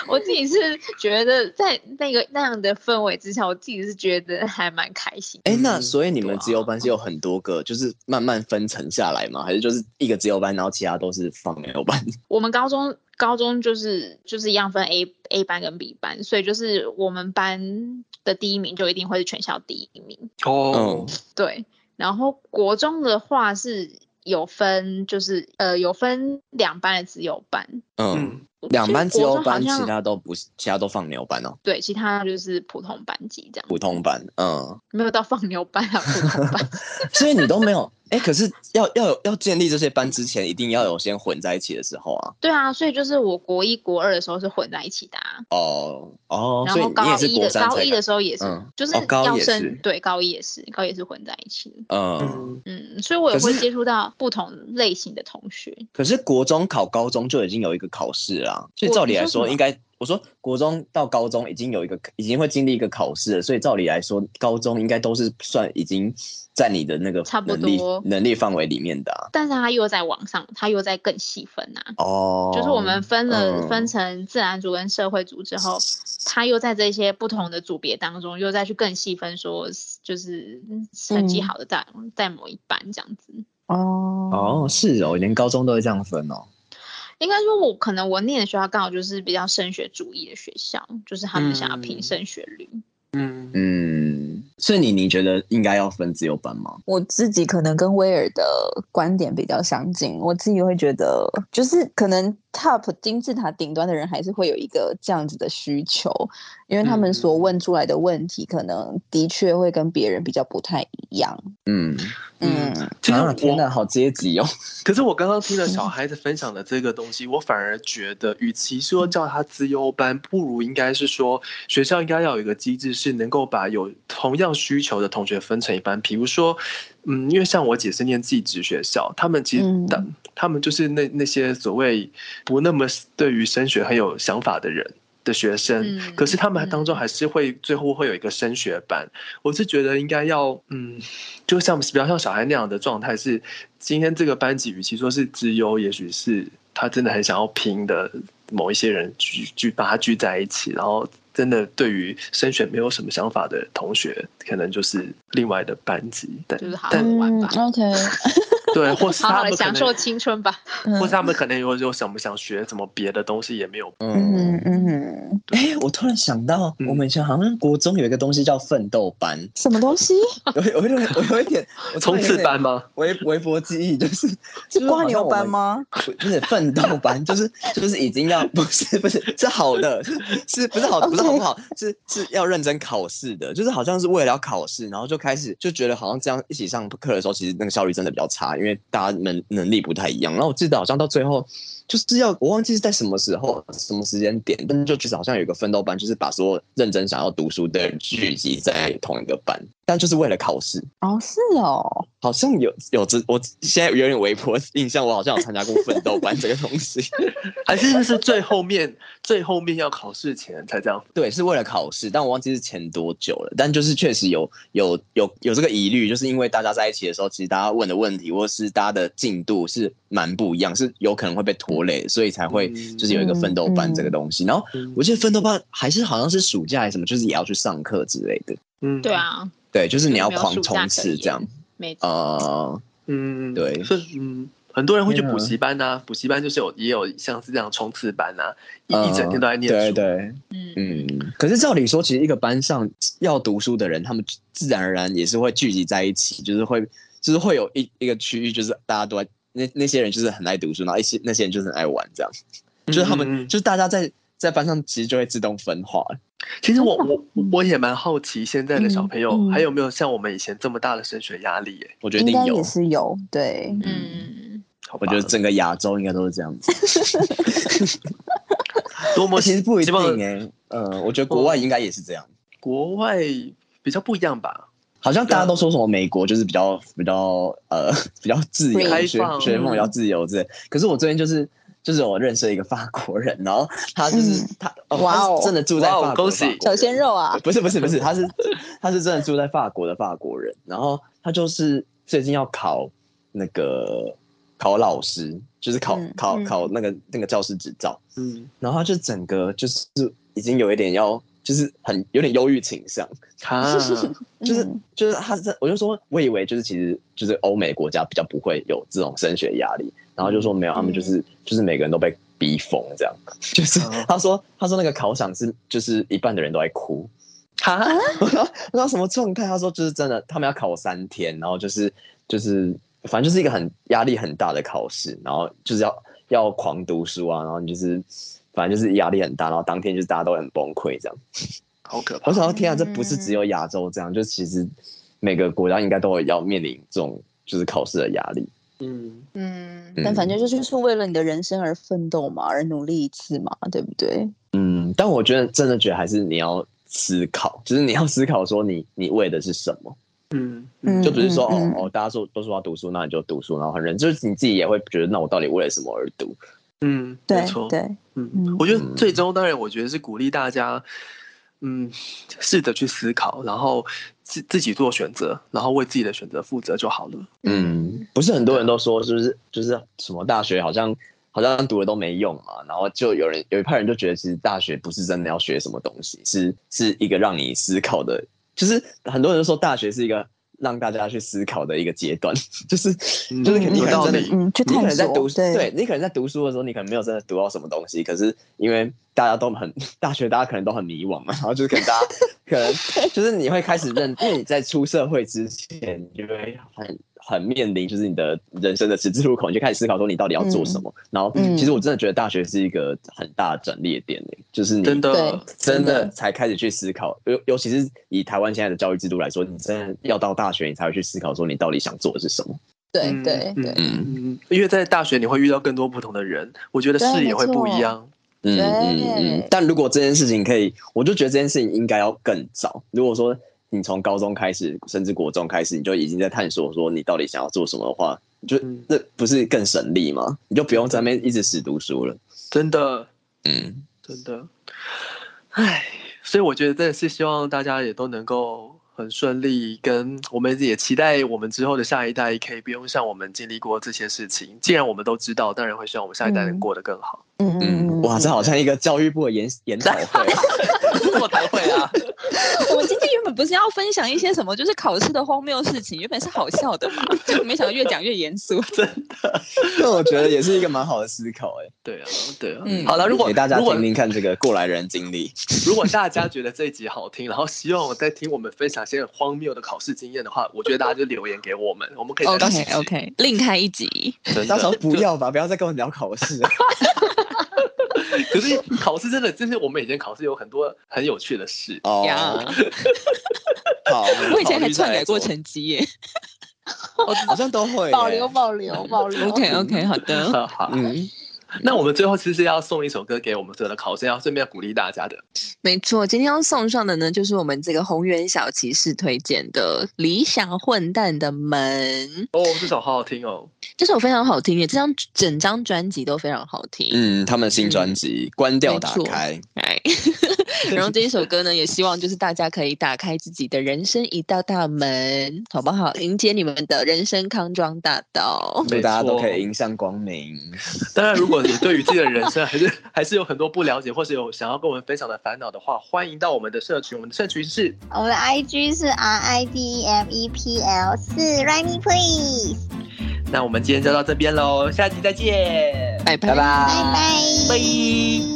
S1: 我自己是觉得在那个那样的氛围之下，我自己是觉得还蛮开心的。
S6: 哎、
S3: 嗯
S6: 那所以你们
S1: 对啊
S6: 自由班是有很多个，就是慢慢分层下来吗？还是就是一个自由班，然后其他都是放牛班？
S1: 我们高中高中就是就是一样分 A A 班跟 B 班，所以就是我们班的第一名就一定会是全校第一名。
S3: 哦
S6: 嗯，
S1: 对，然后国中的话是有分，就是呃有分两班的自由班，
S6: 嗯，
S3: 嗯
S6: 两班自
S1: 所以国
S6: 由
S1: 中
S6: 班，
S1: 好像
S6: 其他都不是，其他都放牛班哦，
S1: 对，其他就是普通班级这样，
S6: 普通班。嗯，
S1: 没有到放牛班啊，普通班。
S6: 所以你都没有。哎、可是要要有要建立这些班之前，一定要有先混在一起的时候啊。
S1: 对啊，所以就是我国一国二的时候是混在一起的、啊。
S6: 哦哦，
S1: 然
S6: 所以
S1: 后
S6: 你也
S1: 高
S6: 是
S1: 一
S6: 国
S1: 的
S6: 三
S1: 高
S6: 才
S1: 一的时候也是，
S6: 嗯
S1: 就是
S6: 哦高
S1: 要
S6: 也
S1: 升、
S6: 是
S1: 对高一也是高一也是混在一起的，
S6: 嗯。
S3: 嗯
S1: 嗯，所以我也
S6: 可
S1: 会
S6: 是
S1: 接触到不同类型的同学。
S6: 可是国中考高中就已经有一个考试啦，所以照理来
S1: 我你说
S6: 说
S1: 什么
S6: 应该，我说国中到高中已经有一个已经会经历一个考试了，所以照理来说高中应该都是算已经在你的那个
S1: 差不
S6: 能力
S1: 多
S6: 能力范围里面的啊、
S1: 但是他又在网上，他又在更细分啊呐、
S6: 哦，
S1: 嗯就是我们分了、
S6: 嗯
S3: 哦
S1: 分成自然组跟社会组之后，他又在这些不同的组别当中，又再去更细分说，就是成绩
S2: 嗯
S1: 好的在、在某一班这样子。
S9: 哦
S6: 哦，是哦，连高中都会这样分哦。
S1: 应该说我，可能我念的学校刚好就是比较升学主义的学校，就是他们想要
S3: 嗯
S1: 拼升学率。
S3: 嗯，
S6: 嗯，所以你你觉得应该要分自由班吗？
S7: 我自己可能跟威尔的观点比较相近，我自己会觉得，就是可能 top 金字塔顶端的人还是会有一个这样子的需求，因为他们
S6: 嗯
S7: 所问出来的问题，可能的确会跟别人比较不太一样。
S6: 嗯，
S7: 嗯，
S3: 其实
S6: 啊天
S3: 我
S6: 哪，好阶级哦。
S3: 可是我刚刚听了 小孩子分享的这个东西，我反而觉得，与其说叫他资优班，不如应该是说学校应该要有一个机制，是能够把有同样需求的同学分成一班。比如说，嗯，因为像我姐是念技职学校，他们其实
S7: 嗯
S3: 他、他们就是那那些所谓不那么对于升学很有想法的人。的学生，
S1: 嗯
S3: 可是他们当中
S1: 嗯
S3: 还是会、最后会有一个升学班，我是觉得应该要，嗯，就像比较像小孩那样的状态是，今天这个班级与其说是资优，也许是他真的很想要拼的某一些人聚聚把他聚在一起，然后真的对于升学没有什么想法的同学，可能就是另外的班级，但
S1: 就是好好
S3: 但
S1: 地玩吧，
S7: 嗯 OK，
S3: 对，或是
S1: 好
S3: 他
S1: 好的
S3: 们可
S1: 享受
S3: 能，嗯
S1: 青春吧。
S3: 或是他们可能有有想不想学什么别的东西也没有，
S7: 嗯嗯，
S6: 哎、我突然想到，
S3: 嗯
S6: 我们以前好像国中有一个东西叫奋斗班，
S7: 什么东西？
S6: 我有我有我有一点，我突
S3: 冲
S6: 然有
S3: 刺
S6: 点
S3: 班吗？
S6: 微微博记忆就是
S9: 是瓜牛班？
S6: 就是好像我们
S9: 吗？
S6: 不不是奋斗班， 就是就是已经要不 是不是是好的，是是不是好不是好不好，是是要认真考试的，就是好像是为了要考试，然后就开始就觉得好像这样一起上课的时候，其实那个效率真的比较差，因为大家能能力不太一样。然后我记得好像到最后。就是要我忘记是在什么时候、什么时间点，但是就其实好像有一个奋斗班，就是把所有认真想要读书的人聚集在同一个班，但就是为了考试。
S7: 哦，是哦，
S6: 好像有有这，我现在有点微薄印象，我好像有参加过奋斗班这个东 西。
S3: 还是是最后面最后面要考试前才这样？
S6: 对，是为了考试，但我忘记是前多久了。但就是确实有有有有这个疑虑，就是因为大家在一起的时候，其实大家问的问题或是大家的进度是蛮不一样，是有可能会被拖累，所以才会
S3: 嗯
S6: 就是有一个奋斗班
S7: 嗯
S6: 这个东西。然后我记得奋斗班还是好像是暑假还是什么，就是也要去上课之类的。
S3: 嗯，
S1: 对，啊，
S6: 对，就是你要
S1: 没有
S6: 狂
S1: 暑假
S6: 冲
S1: 可
S6: 刺这样
S1: 言。
S3: 哦
S1: 没错。
S6: 呃，
S3: 嗯，
S6: 对
S3: 所以嗯，很多人会去
S6: 天啊
S3: 补习班呐、补习班就是有也有像是这样冲刺班呐、一一整天都在念
S6: 呃
S3: 书，
S6: 对对，
S1: 嗯，
S6: 嗯，可是照理说，其实一个班上要读书的人，他们自然而然也是会聚集在一起，就是会，就是会有一一个区域，就是大家都在那那些人就是很爱读书，然后一些那些人就是很爱玩，这样，就是他们、
S3: 嗯嗯嗯
S6: 就是大家在在班上其实就会自动分化。
S3: 其实我我我也蛮好奇，现在的小朋友
S7: 嗯嗯
S3: 还有没有像我们以前这么大的升学压力、耶？
S6: 我觉得
S7: 应
S6: 一
S7: 该
S6: 定有
S7: 也，是有，对，
S1: 嗯，
S3: 好吧
S6: 我觉得整个亚洲应该都是这样子。
S3: 多么
S6: 其实不一
S3: 希
S6: 定
S3: 望
S6: 哎、呃，我觉得国外应该也是这样，
S3: 国外比较不一样吧。
S6: 好像大家都说什么美国就是比较比较呃 比较自由，
S3: 开
S6: 学
S3: 放
S6: 学风比较自由之类。可是我最近就是就是我认识了一个法国人，然后他就是、
S7: 嗯
S6: 他哦，
S7: 哇
S6: 他
S7: 哦
S6: 是真的住在法
S3: 哇
S6: 国
S3: 哦
S6: 的
S3: 恭喜
S6: 法国
S7: 小
S6: 人
S7: 鲜肉啊，
S6: 不是不是不是，他是他是真的住在法国的法国人，然后他就是最近要考那个考老师，就是考、
S7: 嗯
S6: 考
S7: 嗯
S6: 考那个那个教师执照，
S3: 嗯，
S6: 然后他就整个就是已经有一点要就是很有点忧郁倾向。
S3: 啊，
S6: 就是
S7: 嗯
S6: 就是他是，我就说我以为就是其实就是欧美国家比较不会有这种升学压力，然后就说没有，他们就是、就是每个人都被逼疯这样， 就是
S3: 哦
S6: 他说他说那个考场是就是一半的人都在哭。 哈，我说我说什么状态？他说就是真的，他们要考三天，然后就是就是反正就是一个很压力很大的考试，然后就是要要狂读书啊，然后你就是反正就是压力很大，然后当天就是大家都很崩溃这样。
S3: 好可怕
S6: 我。想到天啊，这不
S7: 嗯
S6: 是只有亚洲这样，就其实每个国家应该都有要面临这种就是考试的压力。
S3: 嗯，
S7: 嗯，
S6: 嗯
S7: 但反正就是是为了你的人生而奋斗嘛，而努力一次嘛，对不对？
S6: 嗯，但我觉得真的觉得还是你要思考，就是你要思考说你你为的是什么，
S3: 嗯
S7: 嗯
S6: 就不是说、
S7: 嗯嗯
S6: 哦哦，大家说都说要读书，那你就读书，然后很认真，就是你自己也会觉得那我到底为了什么而读？
S3: 嗯，
S7: 对
S3: 没错，
S7: 对，
S3: 嗯
S7: 嗯，
S3: 我觉得最终当然，我觉得是鼓励大家，嗯，试着去思考，然后自自己做选择，然后为自己的选择负责就好了。
S6: 嗯，不是很多人都说，就是就是什么大学好像好像读了都没用嘛，然后就有人有一派人就觉得，其实大学不是真的要学什么东西，是是一个让你思考的，就是很多人都说大学是一个让大家去思考的一个阶段， 就是就是你可
S3: 嗯有道
S6: 能真的
S3: 理
S10: 嗯，去
S6: 你可
S10: 探
S6: 能在
S10: 索
S6: 读，对你可能在读书的时候，你可能没有真的读到什么东西，可是因为大家都很大学，大家可能都很迷惘嘛，然后就是可能大家可能就是你会开始认，因为你在出社会之前，你就会很很面临就是你的人生的十字路口，你就开始思考说你到底要做什么。然后
S10: 嗯
S6: 其实我真的觉得大学是一个很大的转捩点诶、就是你
S3: 真
S10: 对
S3: 的，
S6: 真
S10: 真
S6: 的
S10: 的
S6: 才开始去思考，尤尤其是以台湾现在的教育制度来说，你真的要到大学，你才会去思考说你到底想做的是什么。
S10: 对
S3: 嗯
S10: 对
S3: 嗯
S10: 对，
S6: 嗯
S3: 嗯，因为在大学你会遇到更多不同的人，我觉得
S10: 对
S3: 视野
S10: 没
S3: 会不
S10: 错
S3: 一样。
S6: 嗯
S10: 对
S6: 嗯嗯。但如果这件事情可以，我就觉得这件事情应该要更早。如果说你从高中开始，甚至国中开始，你就已经在探索说你到底想要做什么的话，你就
S3: 嗯
S6: 那不是更省力吗？你就不用在那边一直死读书了。
S3: 真的，
S6: 嗯，
S3: 真的，唉，所以我觉得真的是希望大家也都能够很顺利，跟我们也期待我们之后的下一代可以不用像我们经历过这些事情。既然我们都知道，当然会希望我们下一代能过得更好。
S10: 嗯
S6: 嗯，哇， 这好像一个教育部的研研讨会，
S3: 座谈会啊，
S2: 我们今天原本不是要分享一些什么，就是考试的荒谬事情，原本是好笑的嘛，结果没想到越讲越严肃。
S6: 嗯 那我觉得也是一个蛮好的思考哎、
S3: 对啊，对啊。
S2: 嗯
S3: 好了，如果
S6: 给大家
S3: 如果
S6: 听听看这个过来人经历。
S3: 如果大家觉得这一集好听，然后希望我在听我们分享一些很荒谬的考试经验的话，我觉得大家就留言给我们，我们可以再到
S2: OK OK，另开一集。
S3: 真
S6: 到时候
S3: 的。
S6: 不要吧，不要再跟我聊考试了。
S3: 可是考试真的，就是我们以前考试有很多很有趣的事。
S6: 哦，
S2: 呀
S6: 好，
S2: 我以前还
S6: 考虑再
S2: 篡
S6: 来
S2: 改过
S6: 做，
S2: 成绩耶。
S6: 哦好像都会耶欸
S11: 保留保留保留。
S2: OK OK，好的，
S3: 好好，
S6: 嗯，
S3: 那我们最后其实要送一首歌给我们所有的考生，要顺便鼓励大家的。
S2: 没错。今天要送上的呢，就是我们这个宏源小骑士推荐的《理想混蛋的门》，
S3: 哦，这首好好听哦，
S2: 这首非常好听耶，这张整张专辑都非常好听。
S6: 嗯，他们新专辑《关掉打开》，
S2: 哎， 然后这一首歌呢，也希望就是大家可以打开自己的人生一道大门，好不好？迎接你们的人生康庄大道。
S6: 祝大家都可
S3: 没错
S6: 以迎向光明。
S3: 当然，如果你对于自己的人生还是 还是有很多不了解，或是有想要跟我们分享的烦恼的话，欢迎到我们的社群，我们的社群是
S1: 我们的 IG 是 R I D M E P L 四 r i m e Please，
S3: 那我们今天就到这边喽，下期再见，
S2: 拜
S1: 拜
S2: 拜
S1: 拜。